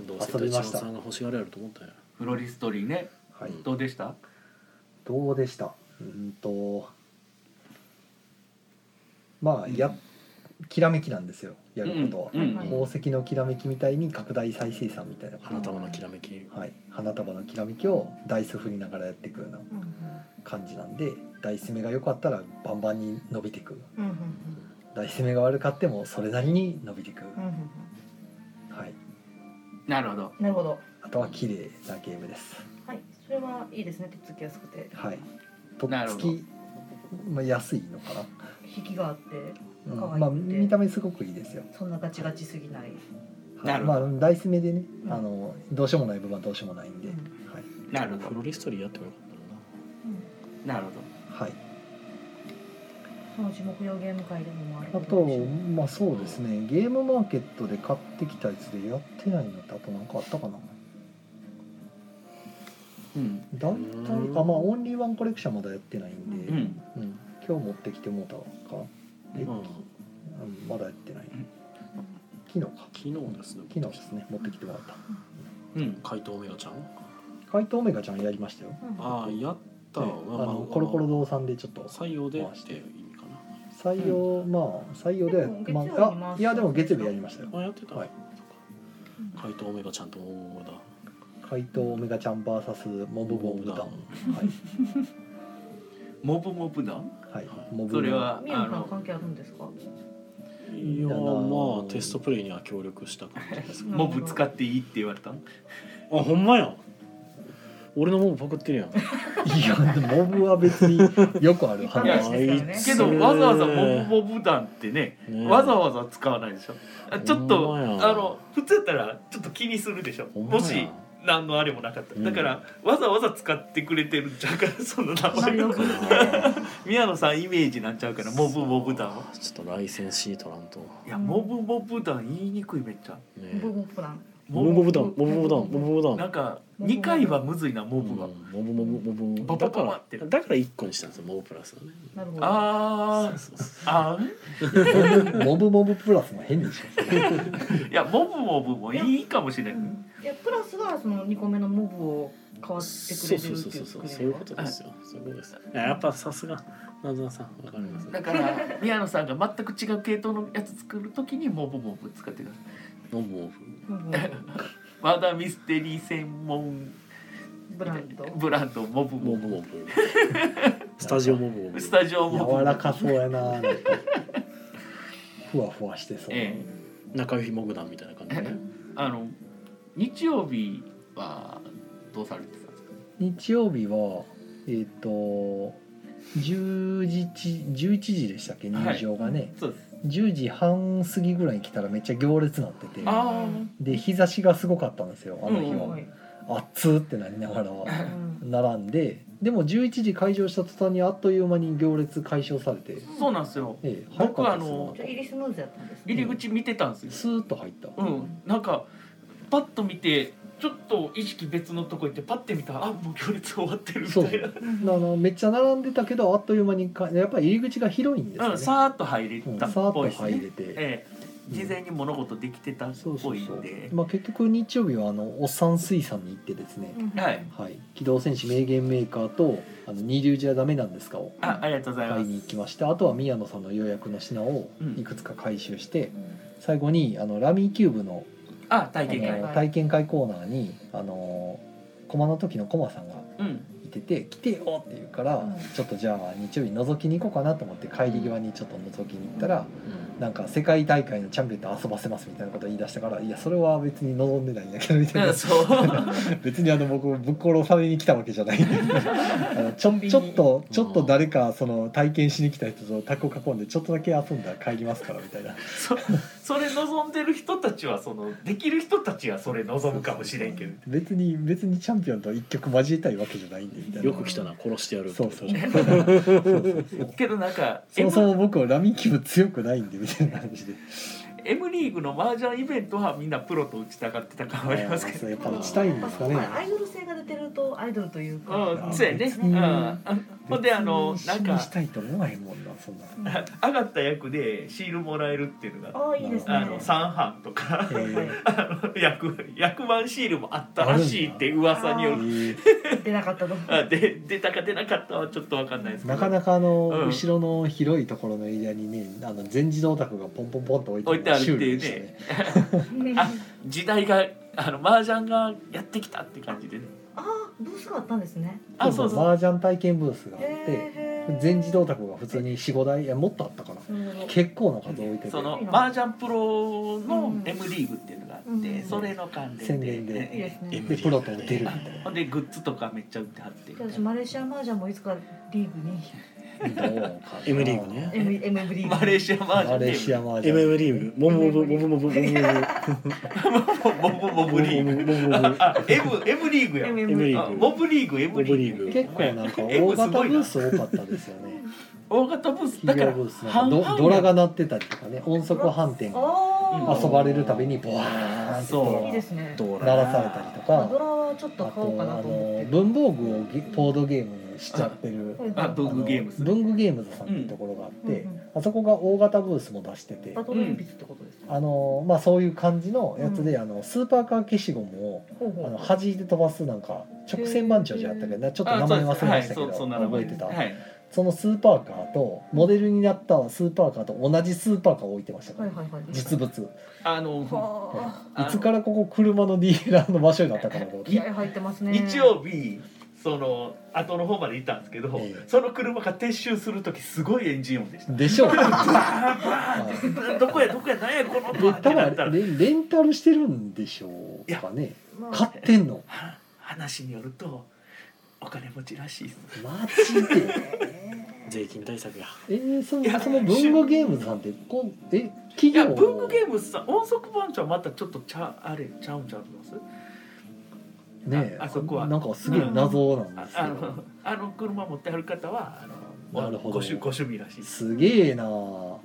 A: どうせ
B: 遊び
A: 立
B: ま
A: 花
B: した
A: さんが欲しがれると思ったよ
C: フロリストリーね。
B: はい、
C: どうでした？
B: どうでしたうんとまあやきらめきなんですよやることは、
C: うんうん
B: 宝石のきらめきみたいに拡大再生産みたいなこと
A: 花束のきらめき
B: はい、花束のきらめきをダイス振りながらやっていくような
D: うん
B: 感じなんでダイス目が良かったらバンバンに伸びていく
D: うんうん
B: ダイス目が悪かってもそれなりに伸びていく、
D: うんうんうん
B: はい、
C: なるほど。
D: なるほど。
B: あとは綺麗なゲームです
D: はい。それはいいですね。手つきやすくて
B: はいとっ
C: なる
B: つ
C: ほど
B: き、まあ、安いのかな
D: 引きがあって
B: うん
D: 可愛くて
B: まあ、見た目すごくいいですよ。
D: そんなガチガチすぎない。
B: はい
C: なるほど
B: まあ、ダイス目でね、
D: うん
B: あの、どうしようもない部分はどうしようもないんで。
D: うん
B: はい。
C: なるほ
A: フ
C: ど。
A: ロリストリーやってもよかったな
C: なるほど。
B: はい。
D: そのうち木曜ゲーム会でもある
B: あと、まあ、そうですね。ゲームマーケットで買ってきたやつでやってないのって、あとなんかあったかな。
C: うん。
B: だいたい、
A: うん
B: あ、まあ、オンリーワンコレクションまだやってないんで。
C: う
B: うん。
C: ん。
B: 今日持ってきてもうたか。え、
A: うん
B: うんまだやってない
C: ん。
B: 昨日か。
A: 昨日ですね
B: 昨日ですね。持ってきてもらった。
C: うん。
A: 怪盗メガちゃん
B: 怪盗オメガちゃんやりましたよ。
A: ああやった
B: で
A: わ
B: あ
A: まあまあ
B: のコロコロ堂さんでちょっと
A: 採用でっていう意味か
B: 採用、まあ採用では
D: でも月
B: ま
D: 曜日
B: ああ
D: 回す
B: いやでも月曜日やりましたよ
A: なあやってた
B: はい
A: 怪盗メガちゃんと大和田
B: 怪盗オメガちゃん VS モブモブダンはい
C: モブモブだ。
B: はい
A: はい
B: モブ
C: それは
D: 宮
C: あ
D: 野さん
C: の
D: 関係あるんですか。
A: いや
B: いやな
A: まあテストプレイには協力した感じです
C: モブ使っていいって言われ た。
A: あほんまや俺のモブパクってるやん
B: いやモブは別によくある
D: いや
B: 話
C: けどわざわざモブモブ団ってね、
A: ね
C: わざわざ使わないでしょ。あちょっと
A: ほんまや
C: あの普通やったらちょっと気にするでしょ。
A: ほんまや
C: もし何のあれもなかった
A: う
C: ら。
A: ん
C: だからわざわざ使ってくれてるんちゃうからその 名前
D: 丸を
C: を
D: 振り切
C: 宮野さんイメージなんちゃうからモブモブ団は。
A: ちょっとライセンスシートらんと
C: いやモブモブ団言いにくいめっちゃ。
A: ね
D: ボブプラン。
A: モブモブダンモブモブダンモブモブダン
C: なんか二回はむずいなモ
A: モ
C: ブは。
A: モブモブモブ
C: バ
A: だ
C: バ
A: か
C: ババって
A: らだから一個にしたんですよモブプラスをね
D: なるほど。
C: あー
A: そうそうそう
C: あー。
B: モブモブプラスも変でし
C: いやモブモブもいいかもしれない。
D: いやプラスはその二個目のモブを変わってく
A: そ
D: れ
A: う
D: て
A: そ
D: る
A: う
D: っ
A: そう
D: てい
A: そうそう
D: う作り
A: そういうことですよそういうことですいややっぱさすがなずなさんわかります
C: だ
A: ね
C: から宮野さんが全く違う系統のやつ作るときにモブモブ使ってください。
A: モブモブ
D: モブ
C: まだミステリー専門
D: ブランド。
C: ブランドモブ
A: モ
C: モ
A: ブモブスタジオモブモ
C: ブ
A: ブ
C: スタジオ
B: ょ
C: モブモ
B: 柔
C: ブ
B: らかそうやななんかふわふわしてそう、
C: え
A: 中指モグダンみたいな感じでね
C: え あの日曜日はどうされてたんですか。
B: 日曜日はえっ、と10時11時でしたっけ入場がね、
C: そうです。
B: 10時半過ぎぐらいに来たらめっちゃ行列なってて
C: あー
D: うん
B: で日差しがすごかったんですよあの日
C: うん
B: は、暑っってなりながら
D: うん
B: 並んででも11時開場した途端にあっという間に行列解消されて、
C: そうなんですよ
B: ええ
C: 僕
B: 早かったです
C: あ
B: よ
C: の
D: じゃあ入りスムーズやったんですね
C: 入り口見てたんですよ
B: スーッと入った、
C: うんなんかパッと見てちょっと意識別のとこ行ってパッて見たらあもう行列終わってるみた
B: そう
C: いな
B: あのめっちゃ並んでたけどあっという間にかやっぱり入り口が広いんですよね、
C: うん、さーっと入れ
B: うん
C: た
B: さー
C: っ
B: っと
C: ぽいです
B: 入
C: ね
B: れて、
C: ええ、事前に物事できてたっ
B: そうそ
C: ぽ
B: う
C: い
B: そ
C: ん
B: う
C: で、
B: まあ、結局日曜日はあのおっさん水産に行ってですね、
D: うん
C: はい
B: はい、機動戦士名言メーカーと「あの二流じゃダメなんですか」を
C: あありがとうござい
B: 買
C: ま
B: いに行
C: す
B: きましてあとは宮野さんの予約の品を
C: うん
B: いくつか回収して、最後にあのラミーキューブの
C: あ体
B: あ
C: 験会
B: の体験会コーナーにあのコマの時のコマさんが
C: うん
B: いてて「来てよ!」って言うから、
D: うん
B: ちょっとじゃあ日曜日覗きに行こうかなと思って帰り際にちょっと覗きに行ったら、なんか世界大会のチャンピオンと遊ばせますみたいなこと言い出したから「いやそれは別に望んでないんだけど」みたい
C: うん
B: な
C: そう
B: 別にあの僕ぶっ殺されに来たわけじゃないあのちょちょっとちょっと誰かその体験しに来た人とタコ囲んでちょっとだけ遊んだら帰りますからみたいな
C: そそれ望んでる人たちはそのできる人たちはそれ望むかもしれんけど
B: 別に別にチャンピオンと一曲交えたいわけじゃないんでみたいな
A: よく来たな殺してやる
B: そうそう
C: けどなんか
B: そも
C: M,
B: そも僕はラミキブ強くないんでみたいな感じで
C: M リーグの麻雀イベントはみんなプロと打ちたがってた感はありますけど
B: そうやっぱ打ちたいんですかね
D: まあアイドル性が出てるとアイドルというか、
C: うんそうやね
B: 別
C: う
B: に
C: んあほんであの
B: 別に一緒
C: なん
B: に
C: か
B: したいと思わへんもんなそんな
D: うんあ
C: 上がった役でシールもらえるっていうのが
D: あいいですね
C: あの三班とか
B: えー
C: あの 役役満シールもあったらしいって噂による
B: え
D: 出なかったの
C: あで 出たか出なかったはちょっとわかんないで
B: ー
C: すけど
B: なかなかあの、
C: うん
B: 後ろの広いところのエリアにねあの全自動卓がポンポンポンと置いて
C: 置いてあるっていうね
B: シュールでした
C: あ時代があの麻雀がやってきたって感じでね
D: ああブースがあったんですね
C: あそうそう
B: 麻雀体験ブースがあって
D: へー
B: 全自動卓が普通に45台いやもっとあったかな
D: なるほど
B: 結構な数置いてて
C: その麻雀プロの
D: うん
C: M リーグっていうのがあって、
D: うん
C: それの関連
B: 宣
C: で
B: 伝で
D: いいですね
B: でプロと出るみたい
C: ほんでグッズとかめっちゃ売ってはって
D: 私マレーシア麻雀もいつかリーグに
B: などうかな
A: M リーグね
D: M M リーグ
C: マレーシアマ
B: マ
C: ー
B: レー
C: ジ
B: シ
C: ャ
B: ア
C: ン
B: 麻雀
A: MM リーグモブモブモブモブモブモブ
C: モブモブリーグ
A: モブモブモブ
C: あ M, M リーグや
D: M
A: リーグ
C: あモブリーグ M リーグ
A: モブリーグ
B: 結構なんか大
C: M
B: 型ブ
C: すごいな
B: ース多かったですよね
C: 大型ブース
B: 企
C: だか
B: 業
C: ら
B: ブースなん
C: 半
B: か
C: 々
B: ドドラ
C: や
B: が鳴ってたりとかね音速反転が
D: あ
B: 遊ばれるたびにボワーンって
C: そう
D: あいいですね
C: ド
B: 鳴らされたりと
D: まあ
B: か
D: ドラはちょっと
B: あ
D: 買おう
B: と
D: か
B: あ
D: なと思っ
B: の
D: て
B: 文房具をゲボードゲームにしちゃってる
D: うん
C: あ文具ゲームズ
B: 文具ゲームズさんっていうところがあって、
D: うんうんうん
B: あそこが大型ブースも出してて、
D: バトル鉛筆ってことですね
B: あのまあ、そういう感じのやつで、
D: う
B: あのスーパーカー消しゴムを
D: ほう
B: あ
D: ほ
B: の
D: う
B: 弾いて飛ばすなんか直線番長じゃあったけどなちょっと名前忘れましたけど、
C: あそうですはいそうそんな名
B: 覚
C: 前
B: えてた、
C: はい
B: そのスーパーカーとモデルになったスーパーカーと同じスーパーカーを置いてましたか
D: は
B: ら、
D: いはいはい
B: 実物い
C: あの
D: は
C: あの
B: つからここ車のディーラーの場所になったかなと思って
D: あ気合入ってますね
C: 日曜日その後の方までいたんですけど、
B: ええ
C: その車が撤収する時すごいエンジン音でした
B: でし ょうはい
C: どこやどこや何やこの音
B: で
C: はって
B: た
C: なった
B: だ
C: ら
B: レレンタルしてるんでしょうかね
D: まあ
B: 買ってんの
C: は話によるとお金持ちらしいです
B: マジで
A: 税金対策や
B: えー、そ
C: いや
B: のその文具ゲームズさんってこうえ企
C: いや
B: 業
C: 文具ゲームズさ音速番長はまたちょっとちゃあれちゃうんちゃうんです
B: ねえ
C: ああそこは
B: なんかすげえ謎なん
C: あ
B: ですけ
C: あ
B: ど、
C: のあの車持ってはる方はあの
B: なるほど
C: ご趣ご趣味らしいです
B: すげえなあよ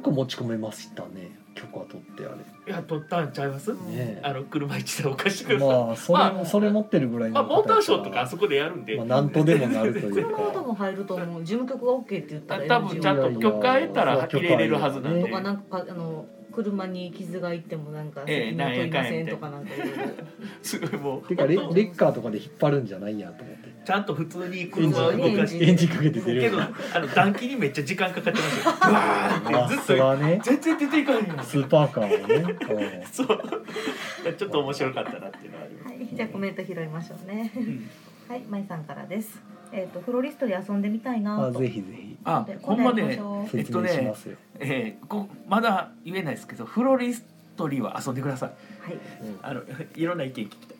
B: く持ち込めましたね許可取ってあ
C: いや取ったんちゃいます、
B: ねえ
C: あの車一台お貸してく
B: れ
C: ださい、
B: まあそれ、
C: まあ
B: それ持ってるぐらい
C: まあ、
B: の
C: モーターショーと
B: 方
C: か
B: や
C: あ
B: ら
C: そこでやるんで、
B: まあ、なんとでもなるという
D: 車は多
B: か
D: 分入ると思う事務局が OK って言ったら
C: 多分ちゃんと許可得たら入れれるはずなん
B: いやいや
D: と
C: で
D: かなんかあの車に傷がいってもなんか責任は取りませんとかなんかいろいろ
C: すごいもう
B: てかレレ
C: 本
B: ッカーとかで引っ張るんじゃないやと思って
C: 当ちゃんと普通に
B: エンジン
C: 車を
B: か
C: 動
B: け
C: か
D: エ
C: して
D: ンジン
B: てエンジンかけて出
C: け
B: る
C: どあの暖気にめっちゃ時間かかってましたよブワーってずっ
B: それ
C: と
B: はね
C: 全然出ていかへんよ
B: スーパーカーをねうん
C: そうちょっと面白かったなっていうのはあります、
D: はい、じゃあコメント拾いましょうね
C: う。ん
D: はい、まいさんからです。えっ、とフロリストで遊んでみたいな
B: あ
D: と。
B: ぜひぜひ
C: あ
D: で
C: ほんまね、えっ
B: 説
C: と
B: 明
C: ね
B: しますよ、
C: えーこまだ言えないですけどフロリストリーは遊んでください
D: はい。
C: あのいろんな意見聞きたい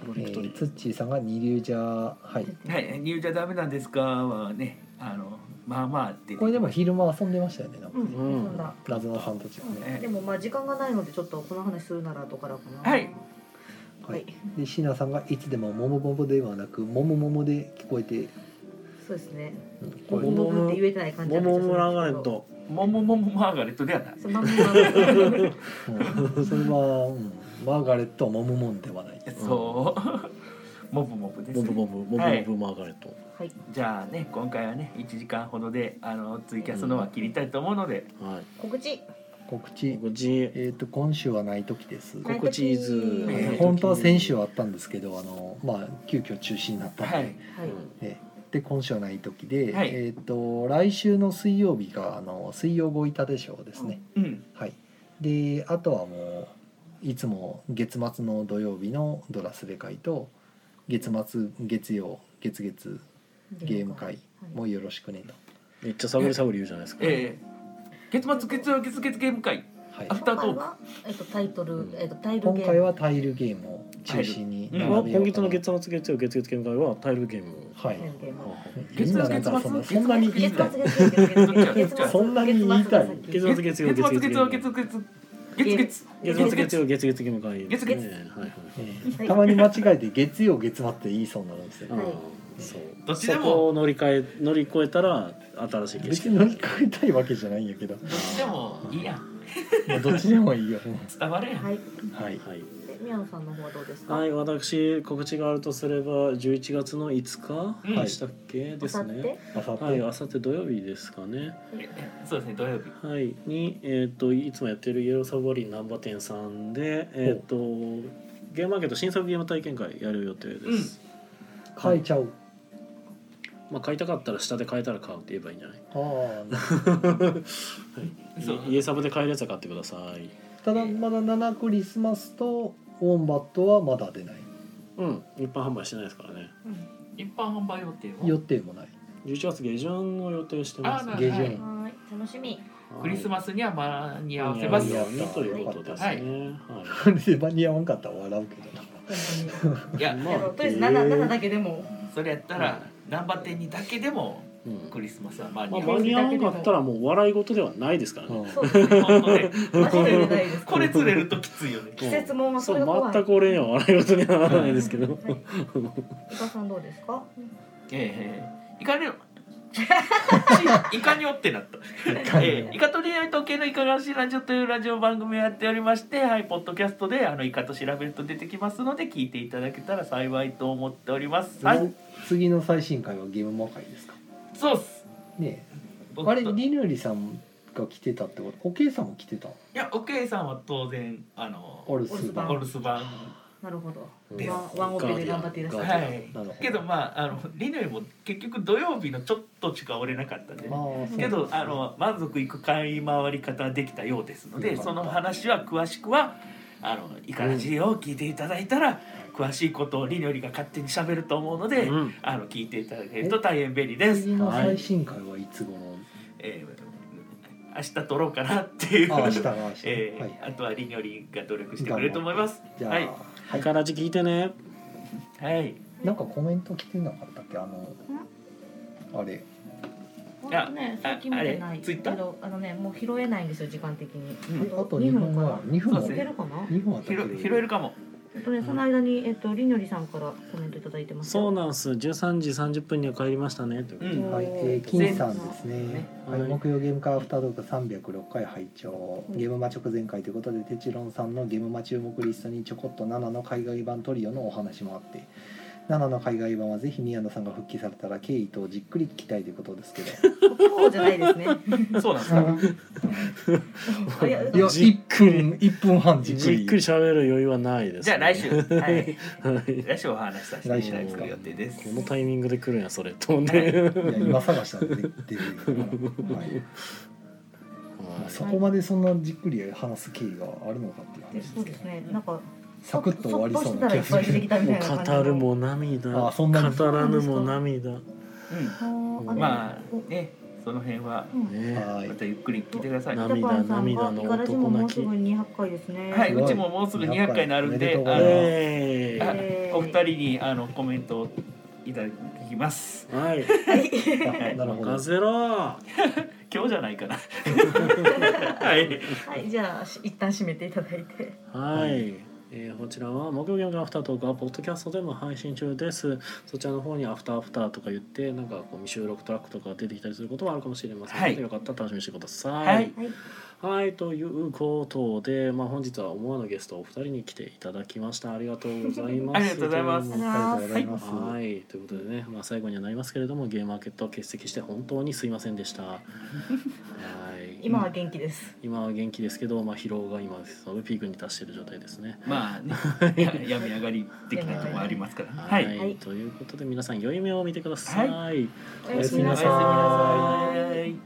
A: プロ
B: え
A: レクトリ
B: ー、
A: ー
B: ツッチーさんが二流じゃはい
C: はい、入社ダメなんですかはね、あの、まあまあって。
B: これでも昼間遊んでましたよねなんか
D: うん、
B: ね
D: うん、そんな。
B: 謎のさんたちがね
D: でもまあ時間がないのでちょっとこの話するなら後からかな。
C: はい。
D: はい、
B: で椎名さんがいつでも「もももも」ではなく「もももも」で聞こえて、
D: そうですね。
B: うん
D: モ
B: これ
D: モモブって言えてない感じ
A: モ
D: なん
A: モ
D: ですよ
A: モラガレッ。ト
C: モモモモマーガレットではない。
D: そうマモモモモ
B: うんそれは、うん、マーガレットはモムモンではない。
C: そう。モブモブです
A: ボ
C: ね、
A: ブボブボブ
C: はい
A: ボブマーガレット
D: はい。
C: じゃあね今回はね1時間ほどであのツイキャスのは切りたいと思うので、
A: はい
D: 告知。
B: 告知、
A: 告知
B: えっ、と今週はない時です。
D: はい
A: 告知ーズ
D: はい
B: えー本当は先週はあったんですけど、あのまあ急遽中止になったので、
C: はい
D: はい。
B: ねで今週はない時で、
C: はい
B: えっ、と来週の水曜日があの水曜ごいたでしょうですね。
C: うん
B: はい。であとはもういつも月末の土曜日のドラスレ会と月末月曜月月ゲーム会もよろしくねと。
A: めっちゃ探り探り言うじゃないですか、
C: ええ月末月曜月月ゲーム会
B: はい
C: あ。
D: 今回はえっとタイトルえっとタイル
B: 今
D: ゲ
B: 回
D: ーム。
B: はタイルゲームを中心に
C: タイル
A: まあ
B: 並べよ
A: 今
B: うか
A: 月
B: な
A: の月末月曜月月見解はタイルゲーム
B: はい
D: タイルゲーム
A: はあ
C: 月
B: みんななんかそ
C: 末
B: の
C: 月
B: そんなに言いたい
D: 月末月末
C: 言
D: 月末
C: いたい
B: そんなに言いたい
D: 月末
A: 月末月曜
C: 月末
A: 月
C: 月
A: 曜
C: 曜
A: 月
C: 月
A: 曜
C: 月
A: 月末
C: 月月
A: 月曜月月見解ですね
C: 月
A: はいはい
B: ええたまに間違えて月曜月末って言いそうになるんですよ
D: はい
A: うんそう
C: どっちでも
A: そこを乗り換え乗り越えたら新しい景
B: 別
A: 色
B: に乗り換えたいわけじゃないんやけど、
C: どっちでもいいやん
B: まあ、どっちでもいいよ
C: 伝わるやん、
D: はい。
B: はい
A: はい
D: で宮野さんの方はどうですか。
A: はい、私告知があるとすれば11月の5
C: うん
A: 日でしたっけ、
D: あ
A: で
D: さ
A: す
D: っ
A: ね
D: て。
B: あさって、
A: はい、あさって土曜日ですかね
C: そうですね土曜日
A: はいに、えー、といつもやってるイエローサブマリン難波店さんで、えー、とゲームマーケット新作ゲーム体験会やる予定です、
B: 変えちゃう
A: まあ買いたかったら下で買えたら買うって言えばいいんじゃない、
B: ああ
C: そう
A: い家サブで買えるやつは買ってください
B: ただまだ7クリスマスとウォンバットはまだ出ない
A: うん一般販売してないですからね
C: 一般販売予定は
B: 予定もない
A: 11月下旬を予定してます
C: あなる
B: 下
C: はい
B: 旬
D: はい。楽しみ。
A: はい
C: クリスマスには間に合わせ
A: に
C: ま
A: 合
C: す
B: いや
A: うようにということですね、
C: は
A: はいい
B: これで間に合わんかったら笑うけどない
C: や
D: あのとりあえず七七だけでも。
C: それやったら難波店にだけでも
A: うん
C: クリスマスは
A: ま
C: 間に
A: あ、間
C: 合わ
A: に合わなかったらもう笑い事ではないですからね、
B: うん
D: そうですね。
C: せ本当ね
D: マジで売れないで す。
C: これ釣れるときついよね
D: 季節ももうそ
A: そ
D: れが怖
A: う
D: い。
A: 全く俺には笑い事にはならないですけど、
D: はい。伊賀さんどうですか。
C: ええいかに いかによってなった
B: かによ
C: ええイカとりあえ時計のイカがしラジオというラジオ番組をやっておりまして、はい、ポッドキャストであのイカと調べると出てきますので聞いていただけたら幸いと思っております。はい、
B: 次の最新回はゲーム魔界ですか
C: そうっす。
B: ねえ
C: 僕と
B: あれ
C: い
B: りぬりさんが来てたってことおけいさんも来てた
C: や、おけいさんは当然あ
B: オ
C: の
B: ルスバ
C: お
B: ン
C: 留守番
D: なるほど。
C: です
D: ワンワンオペで頑張っていらっしゃる。
C: はい
B: なるほど。
C: けどまああのリヌイも結局土曜日のちょっとしか折れなかったんでね。
B: まあそう
C: けどあの満足いく買い回り方できたようです
B: よ
C: ので
B: かった
C: その話は詳しくはあのイカラジを聞いていただいたら、詳しいことをりのりが勝手にしゃべると思うので、
A: うん
C: あの聞いていただけると大変便利です。
B: 次の最新回はいつ頃、
C: えー明日撮ろうかなっていう
B: あ明日が明日、
C: えー
B: はい
C: あとはりのりが努力してくれると思います。
B: じゃあ、
C: はい
B: はい
A: からじ聞いてね
C: はい、
B: なんかコメント来てなかったっけあのあれ
D: 本当ね、最近見てな
C: ああ
D: い。
C: れツイッター
D: けどあのね、もう拾えないんですよ時間的に。
C: うん
B: あと2分
D: か
B: は
D: な。
B: 2分
C: そう
B: は
C: で
D: い
C: す
D: け
C: ね
D: るかな。
B: 2分は
C: 拾拾えるかも。
D: えっとね、その間にえっとりのりさんからコメントいただいてますよ。
A: そうなんす13時30分には帰りましたねという
C: う
A: ことで
C: ん、
B: はい、えー、金さんですね
C: ね。
B: はい、
A: はい
B: 木曜ゲーム会アフタートーク306回拝聴。
D: うん
B: ゲームマ直前回ということで、テチロンさんのゲームマ注目リストにちょこっと7の海外版トリオのお話もあって。7の海外版はぜひ宮野さんが復帰されたら経緯とじっくり聞きたいということですけど
D: そうじゃないですね。
C: そうなんですか。
D: いや
B: いや
A: じっ
B: 1分1分半じっく
A: じ
B: り
A: っくり喋る余裕はないです、ね、
C: じゃあ来週、はい、
A: はい
C: 来週お話しさせていただく予定です。
A: このタイミングで来るんやそれと思って、はい
B: いや今探したんで出てるから、はいまあそこまでそんなじっくり話す経緯があるのかっていう話です
D: そう
B: け
D: で
B: ど
D: すね。なんか
B: サクッと終わりそうな気がす
D: そっとしてたらいっ
B: る
D: ぱい出てきたみたいな感じの
A: 語る。も涙
B: あそんなに
A: 語らぬも涙
C: う
D: あ
C: ん、まあ
D: れ
C: ね、その辺は
D: うん
A: ね
B: は
C: ま
B: い
C: たゆっくり聞いてください。
A: な
C: は
D: ジャパンさん
A: 涙
D: が
A: の
D: イカラジも
A: 男
D: も
A: 泣
D: う
A: き
D: すぐ200回ですね。
C: い、
B: ご
C: うちももうすぐ200回になるんで、
B: おめでとうござ
C: あ
B: います
C: の
A: え
C: あ
A: ー
D: えー
C: お二人にあのコメントをいただきます。
A: はい
B: あなるほど
A: 任せろ
C: 今日じゃないか な。はい、
D: はい、じゃあし一旦締めていただいて。
A: はい。えーこちらは木曜ゲームのアフタートークはポッドキャストでも配信中ですそちらの方にアフターアフターとか言ってなんかこう未収録トラックとか出てきたりすることはあるかもしれませんので、
C: はい
A: よかったら楽しみにしてください
C: はい
D: はい。
A: はいということで、まあ、本日は思わぬゲストお二人に来ていただきましたありがとうございます
C: ありがとうございます
A: ど
D: あ
A: うも
D: り
B: あ
D: が
B: りがと
D: と
B: うご
D: うご
B: ざいま。
D: ざいます
A: はいということでね、まあ、最後にはなりますけれどもゲームマーケットを欠席して本当にすいませんでした はい
D: 今は元気です。
A: 今は元気ですけど、まあ、疲労が今そのピークに達している状態ですね
C: まあねや病み上がり的なところありますからはい
A: はい、
D: はい
A: ということで皆さん良い目を見てください、
D: お
A: やすみ
C: お
A: な
C: やすみな
D: は
C: さい
D: い。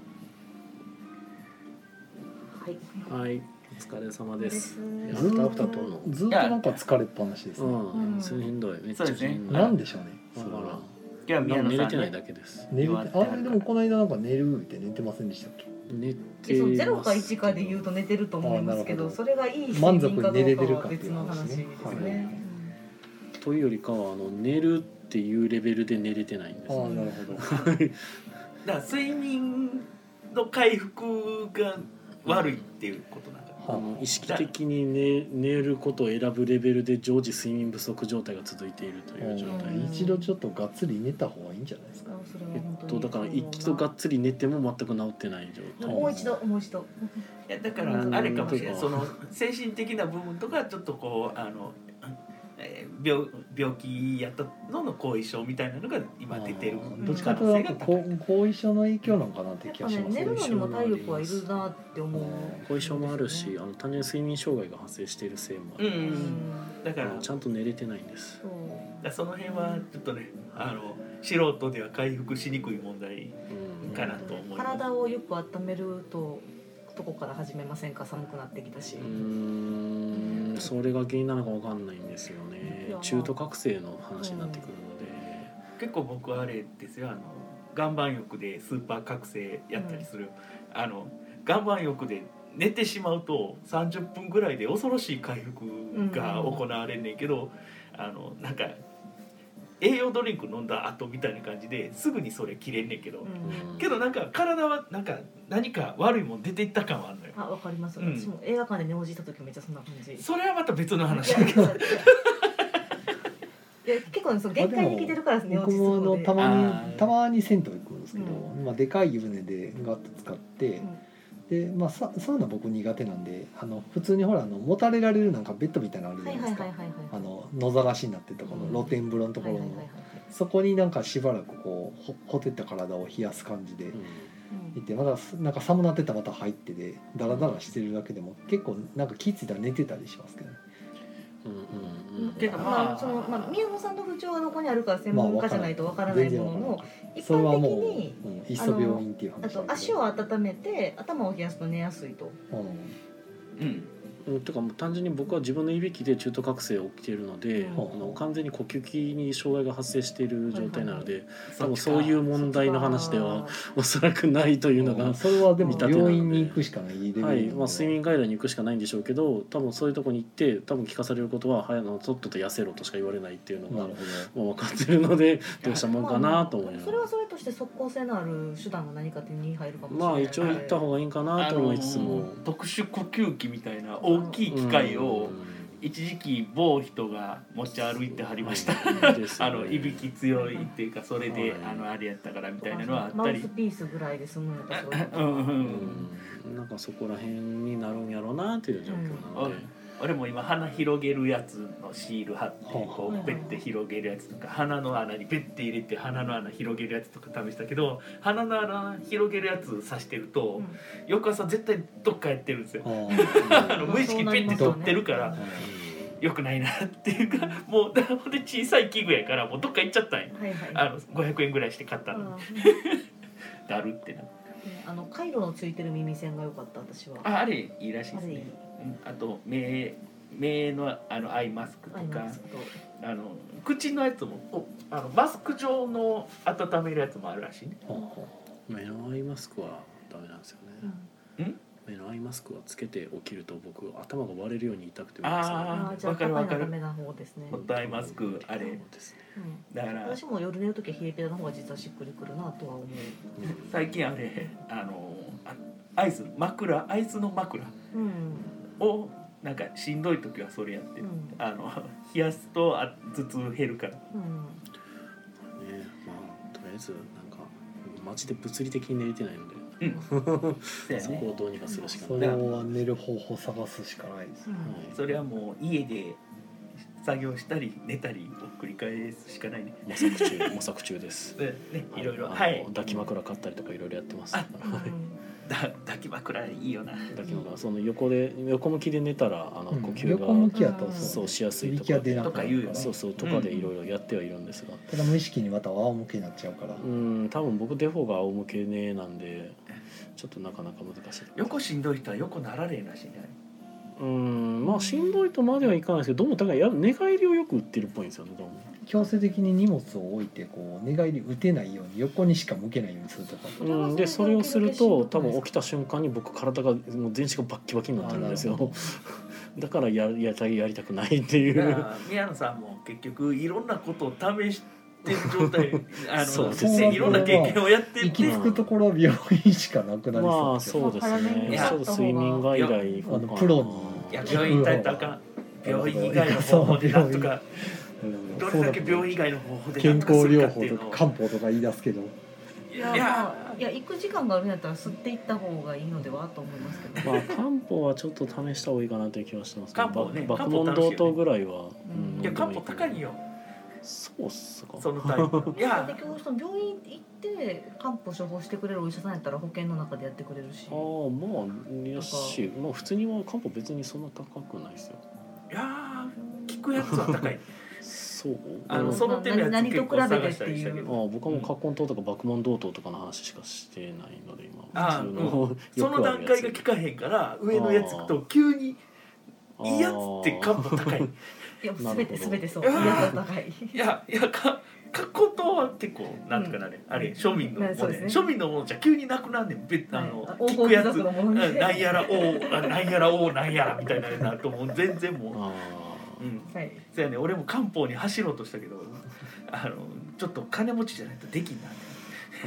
A: はい、お疲れ様です。
D: で
A: ア
D: す
A: フターアフター撮るの。
B: ずっとなんか疲れっぱなしです
A: う
B: ね。
A: ん、
D: うん
A: それしんどい、めっち
C: そ
A: ゃ
C: うです
A: し
C: ね
A: んどい。
B: なんでしょうね。
A: わからん
C: 今日は宮
A: なんか寝れて
C: 野
A: なん
C: さ
A: い
C: ね
A: だけです。
B: 寝る
C: 弱
B: っ
C: ってて
B: あ
C: はるから
B: れでもこの間なんか寝るって寝てませんでしたっけ？
A: 寝
D: え
A: て
D: そう
A: ます。
D: ゼロか一かで言うと寝てると思いますけ
B: あ
D: ど、
B: なるほ
D: それがいい
B: 満
D: 睡
B: 足
D: 眠か
B: に寝
D: ど
B: れ
D: う
B: てるか
D: かは
B: ってい
D: 別
B: う
D: の
B: 話
D: 話です
B: ね
D: ね。
B: はいはい
A: というよりかは、あの寝るっていうレベルで寝れてないんで
B: あ
A: す
B: あ
A: ね。
B: なるほど。
C: だから睡眠の回復が悪いっていうことなんだ
A: あの意識的に寝寝ることを選ぶレベルで常時睡眠不足状態が続いているという状態。
D: うん
B: 一度ちょっとがっつり寝た方がいいんじゃないですか。
D: うんそれは
A: え
D: 本
A: っ
D: 当
A: と、
D: に
A: だから一度がっつり寝ても全く治ってない状態。
D: もう一度もう一度。
C: いやだからあれかもしれないその精神的な部分とかちょっとこうあのえー病病気やったのの後遺症みたいなのが今出てる
B: うんどっちかというと後後遺症の影響なんかなって
D: やっ
B: 気
D: ぱ
B: がし
D: ね
B: ます
D: 寝
B: ね
D: る。のにも体力はいるなって思う。
A: 後遺症もあるし、あの単純に睡眠障害が発生しているせいもあ
C: うん
A: る
C: う
D: うん
C: んだか
A: あ
C: ら
A: のちゃんと寝れてないんです。
D: そう
C: だからその辺はちょっとねあの素人では回復しにくい問題
A: うん
C: かなと思います
D: 体をよく温めるととこから始めませんか寒くなってきたし
A: う。ーんそれが原因なのかわかんないんですよ
D: い
A: ね
D: や
A: 中途覚醒の話になってくるので、
C: 結構僕はあれですよあの岩盤浴でスーパー覚醒やったりする、あの岩盤浴で寝てしまうと30分ぐらいで恐ろしい回復が行われんねんけど、あのなんか栄養ドリンク飲んだ後みたいな感じですぐにそれ切れんねんけど、
A: うん
C: けどなんか体はなんか何か悪いもん出ていった感はあるのよ。
D: あわかります。
C: うん
D: 私も映画館で寝落ちした時めっちゃそんな感じ。
C: それはまた別の話
D: い
C: だ
D: や
C: け
D: い
C: ど
D: やいや結構ねその限界に来てるから寝落
B: 僕
D: ちする
B: もあ
D: の
B: の
D: で。
B: たま
C: あ
B: に
C: ー
B: たまに銭湯行くんですけど、
D: う
B: まあ、でかい湯船でガッと使って
D: うん、
B: でまあ、ササウナ僕苦手なんであの普通にほらあのもたれられるなんかベッドみたいなのあるじ
D: は
B: ゃ
D: い
B: ない
D: は
B: で
D: い
B: す
D: は
B: か
D: いはいはい。
B: あの野ざらしになってるところ
D: うん
B: の露天風呂のところの、
D: はいはいはいはい
B: そこになんかしばらくこうほほてった体を冷やす感じで
D: うん
B: 行ってまだなんか寒なってたらまた入ってでダラダラしてるだけでも結構なんか気ぃ付いたら寝てたりしますけどね、
A: うんうんうん
C: けどまあ
D: まあそのまあ宮野さんの不調はどこにあるか専門
B: わ
D: 家じゃないとわからないものの一般的に
B: う、うん、いっそ病院っていう話
D: あと足を温めて頭を冷やすと寝やすいと。
B: うん
C: うん
A: うんてかもう単純に僕は自分のいびきで中途覚醒起きているので、
D: うん
A: あの完全に呼吸器に障害が発生している状態なので、多分
C: っちか
A: そういう問題の話ではおそらくないというのが、
B: うんそれはでも
D: 見立てな
A: ので
B: 病院に行くしかないレベルな
A: は
B: ので
A: いまあ、睡眠外来に行くしかないんでしょうけど多分そういうとこに行って多分聞かされることは「はいあのとっとと痩せろ」としか言われないっていうの
B: な
A: が
B: るほど
A: まあ、分かってるのでどうしたもんかなと思い
D: ま
A: ま
D: あ
A: す
D: それはそれとして即効性のある手段が何か手に入るかもしれない
A: まあ一応行った方がいいんかなと思いつつも、
C: あの特殊呼吸器みたいな大きい機械を一時期某人が持ち歩いてはりました、あのいびき強いっていうかそれで、
A: はい
C: あのあれやったからみたいなのはあった
D: マウス
C: り、
D: ピースぐらいで済むのとそういうこ
C: うん
D: と
C: うんう、
A: うんんなんかそこら辺になるんやろうなという状況なので、
C: 俺も今鼻広げるやつのシール貼ってこ
D: は
C: う
D: い
C: ペッて広げるやつとか鼻の穴にペッて入れて鼻の穴広げるやつとか試したけど鼻の穴広げるやつさしてると、
D: うん
C: 翌朝絶対どっかやってるんですよ。 あの
B: あ
C: 無意識にペッて取ってるから
B: あ
C: 良くないなっていうかもうだからほんで小さい器具やからもうどっか行っちゃったんや
D: はいはい
C: あの500円ぐらいして買った
D: あ
C: のにだるってな
D: あの回路のついてる耳栓が良かった私は
C: ああれいいらしいで
D: あ
C: す
D: れいい
C: ねうんあと目目のあのアイマスクと
D: あり
C: か
D: ますけど
C: あの口のやつもおあのマスク状の温めるやつもあるらしいね
A: 目のアイマスクはダメなんですよ
D: う
A: ね、
D: ん
A: 目のアイマスクはつけて起きると僕頭が割れるように痛くて
C: あ
D: あーじゃあ
C: わかるわかる
D: 高いのはダメな方ですね
C: ホットアイマスクあれ
A: ですね、
D: うん
C: だから
D: 私も夜寝る時は冷えペダの方が実はしっくりくるなとは思う
C: 最近あれあのあアイス枕アイスの枕
D: うん
C: をなんかしんどい時はそれやってる、
D: うん
C: あの冷やすとあ頭痛減るから
D: うん
A: ねまあとりあえずなんかマジで物理的に寝れてないので、
C: そ,、
A: そこをどうにかするしか
B: そ
A: ない、
B: れ
A: はい
B: を寝る方法探すしかないです
D: うん
C: それはもう家で作業したり寝たりを繰り返すしかないね
A: 模索中模索中です
C: でねいろいろ
A: あの
C: はい
A: 抱き枕買ったりとかいろいろやって ます
C: あ
A: はい
C: だ 抱き枕いいよな
A: 抱き枕その横で横向きで寝たらあの
B: うん
A: 呼吸が、
B: 横向きやと
A: そうしやすい
B: い
A: と
B: びきは
A: か
B: 出なくなるから
C: とか言
A: そうそうとかでいろいろやってはいるんですが
B: ただ無意識にまた仰向けになっちゃうから、
A: うん多分僕デフォが仰向けねなんでちょっとなかなか難しい
C: 横しんどい人は横なられえなしない
A: うんまあしんどいとまではいかないですけどどうもだからや寝返りをよく打ってるっぽいんですよねどうも
B: 強制的に荷物を置いてこう寝返り打てないように横にしか向けないようにするとか
A: うん、でそれをすると多分起きた瞬間に僕体がもう全身がバッキバキになってるんです
B: あなる
A: よ だからややりたいやりたくないっていう
C: なあ宮野さんも結局いろんなことを試してる状態あ
A: そう
C: の
A: です
C: せいろんな経験をやって
B: 行き
C: て
B: 着くところは病院しかなくなり
A: まあ
B: そう
A: そうです
C: い
A: ね
C: や
A: そう睡眠外来
B: あのプロ
C: い
B: に
C: や病院行ったりとか病院以外の方法でなんとか
B: うん
C: どれだけ病院以外の方法でな
B: 健
C: ん
B: 康
C: とかす
B: 療
C: るかって
B: 法
C: いう
B: と
C: の
B: か
C: を
B: 漢方とか言い出すけど
C: い
D: いや
C: やいや
D: いや行く時間があるんやったら吸っていった方がいいのではと思いますけど、
A: まあ漢方はちょっと試した方がいいかなという気はしてます
C: 漢方ね
A: 爆
C: 漢
A: 問
C: 方楽し
A: 同
C: いよね
A: 等ぐらいは、
D: うん
C: いや漢方高い
A: よ
C: よ
A: そうっすか
C: そのタイプい
D: だって
C: や
D: 結局その病院行って漢方処方してくれるお医者さんやったら保険の中でやってくれるし
A: ああまあよしまあ普通には漢方別にそんな高くないですよ
C: いやー効くやつは高い
A: そう
C: あの
A: うん
C: その手のやつ
D: 何
C: 結
D: と
C: 構
D: 比べて
C: 探
D: っ
C: してたりした
D: い
C: け
D: う
C: ど
A: ああ僕はもう葛根糖とか爆問同等とかの話しかしてないので今
C: ああ
A: 普通
C: うその段階が効かへんから上のやつ行くと急に「いいやつ」って漢方高い
D: いや
A: なるほど
D: 全て全てそ う
C: い
D: い
C: や
D: や高い
C: いやいやか格好とは結構なんとかなれ、あれ庶民のもの
D: まあそう
C: で、
D: ですね
C: 庶民のものじゃ急になくなんねん別あの、
D: はい
C: 聞くやつ
D: 黄金貴族のも
C: うん
D: のね
C: なんやらおうあなんやらおうなんやらみたいなのになるともう全然も
A: あ
C: う、うん、
D: はい
C: そやね俺も漢方に走ろうとしたけどあのちょっと金持ちじゃないとできんな
A: あ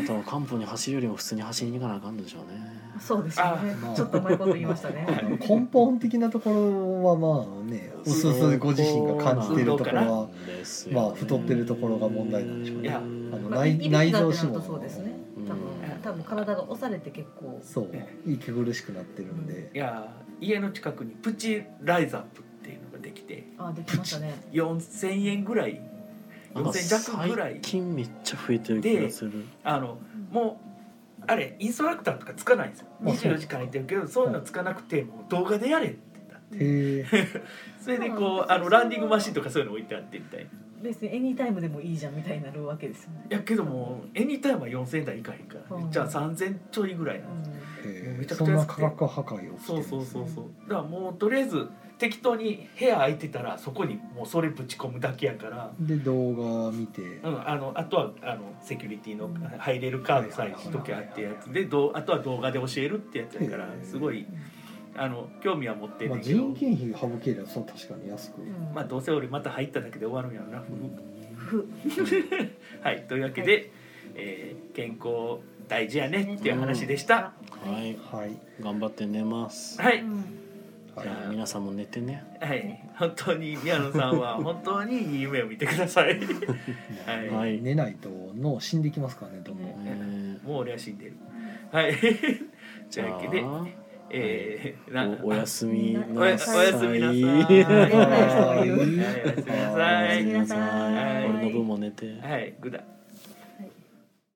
A: あとは漢方に走るよりも普通に走りに行かなあかんのでしょうね
D: そうですよね
B: あ
D: ちょっとうまいこと言いましたね
B: 根本的なところはまあねうすうすご自身が感じてるところは
A: です
B: まあ太ってるところが問題なんでしょうね
C: いやあ
B: あの
D: まあ
B: 内
D: いびき
B: 内
D: だ
B: 臓
D: って
B: 脂肪
D: なると
B: の
D: そうですね多
A: うん
D: 分多分体が押されて結構
B: そう息苦しくなってるんで
C: いや家の近くにプチライズアップっていうのができて
D: あできましたね
C: 4,000円ぐらい
A: なんか
C: 4000弱ぐらい
A: 最近めっちゃ増えてる気がする
C: あのもうあれインストラクターとかつかないんですよ
B: あそう
C: 24時間いてるけどそういうのつかなくてもう動画でやれって言った
B: へえ
C: それでこうあのランディングマシンとかそういうの置いてあってみたいない
D: 別にエニタイムでもいいじゃんみたいになるわけですよね
C: やけどもうエニタイムは4000台いかへんから、
D: うん
C: じゃあ3000ちょいぐらいなんです、
D: う
B: へ
C: め
B: え
C: ちゃくちゃ
B: そんな価格破壊を
C: そうそうそうそうだからもうとりあえず適当に部屋空いてたらそこにもうそれぶち込むだけやから、
B: で動画見て
C: うん、あのあとはあのセキュリティの入れるカードさえ一けあってやつでどうあとは動画で教えるってやつやから
B: へー
C: すごいあの興味は持ってん
B: まあ
C: ねんけど、
B: 人件費省ければそう確かに安く
D: んうん
C: まあどうせ俺また入っただけで終わるんやろな。
D: ふ
C: はい、というわけで、えー健康大事やねっていう話でした。
A: はい
B: はい
A: 頑張って寝ます
C: は
D: う
C: い、
D: ん
B: はい
A: じゃあ皆さんも寝てね
C: はい、本当に宮野さんは本当にいい夢を見てください。はい
A: はい
B: 寝ないと脳死んできますからねどんどん
A: えー
C: もう俺は死んでる。はい、 と
A: じ
C: いう
A: ゃ
C: わけで、
A: あ
C: えー、な
A: おおやすみ
C: おや
A: な
C: お
A: さい
C: やすみなさい。
D: はい
C: はいおやすみな
A: お
C: さ
A: やすみ
C: い。
A: なさい
C: はい
A: 俺の分も寝て
C: はい、ぐだ。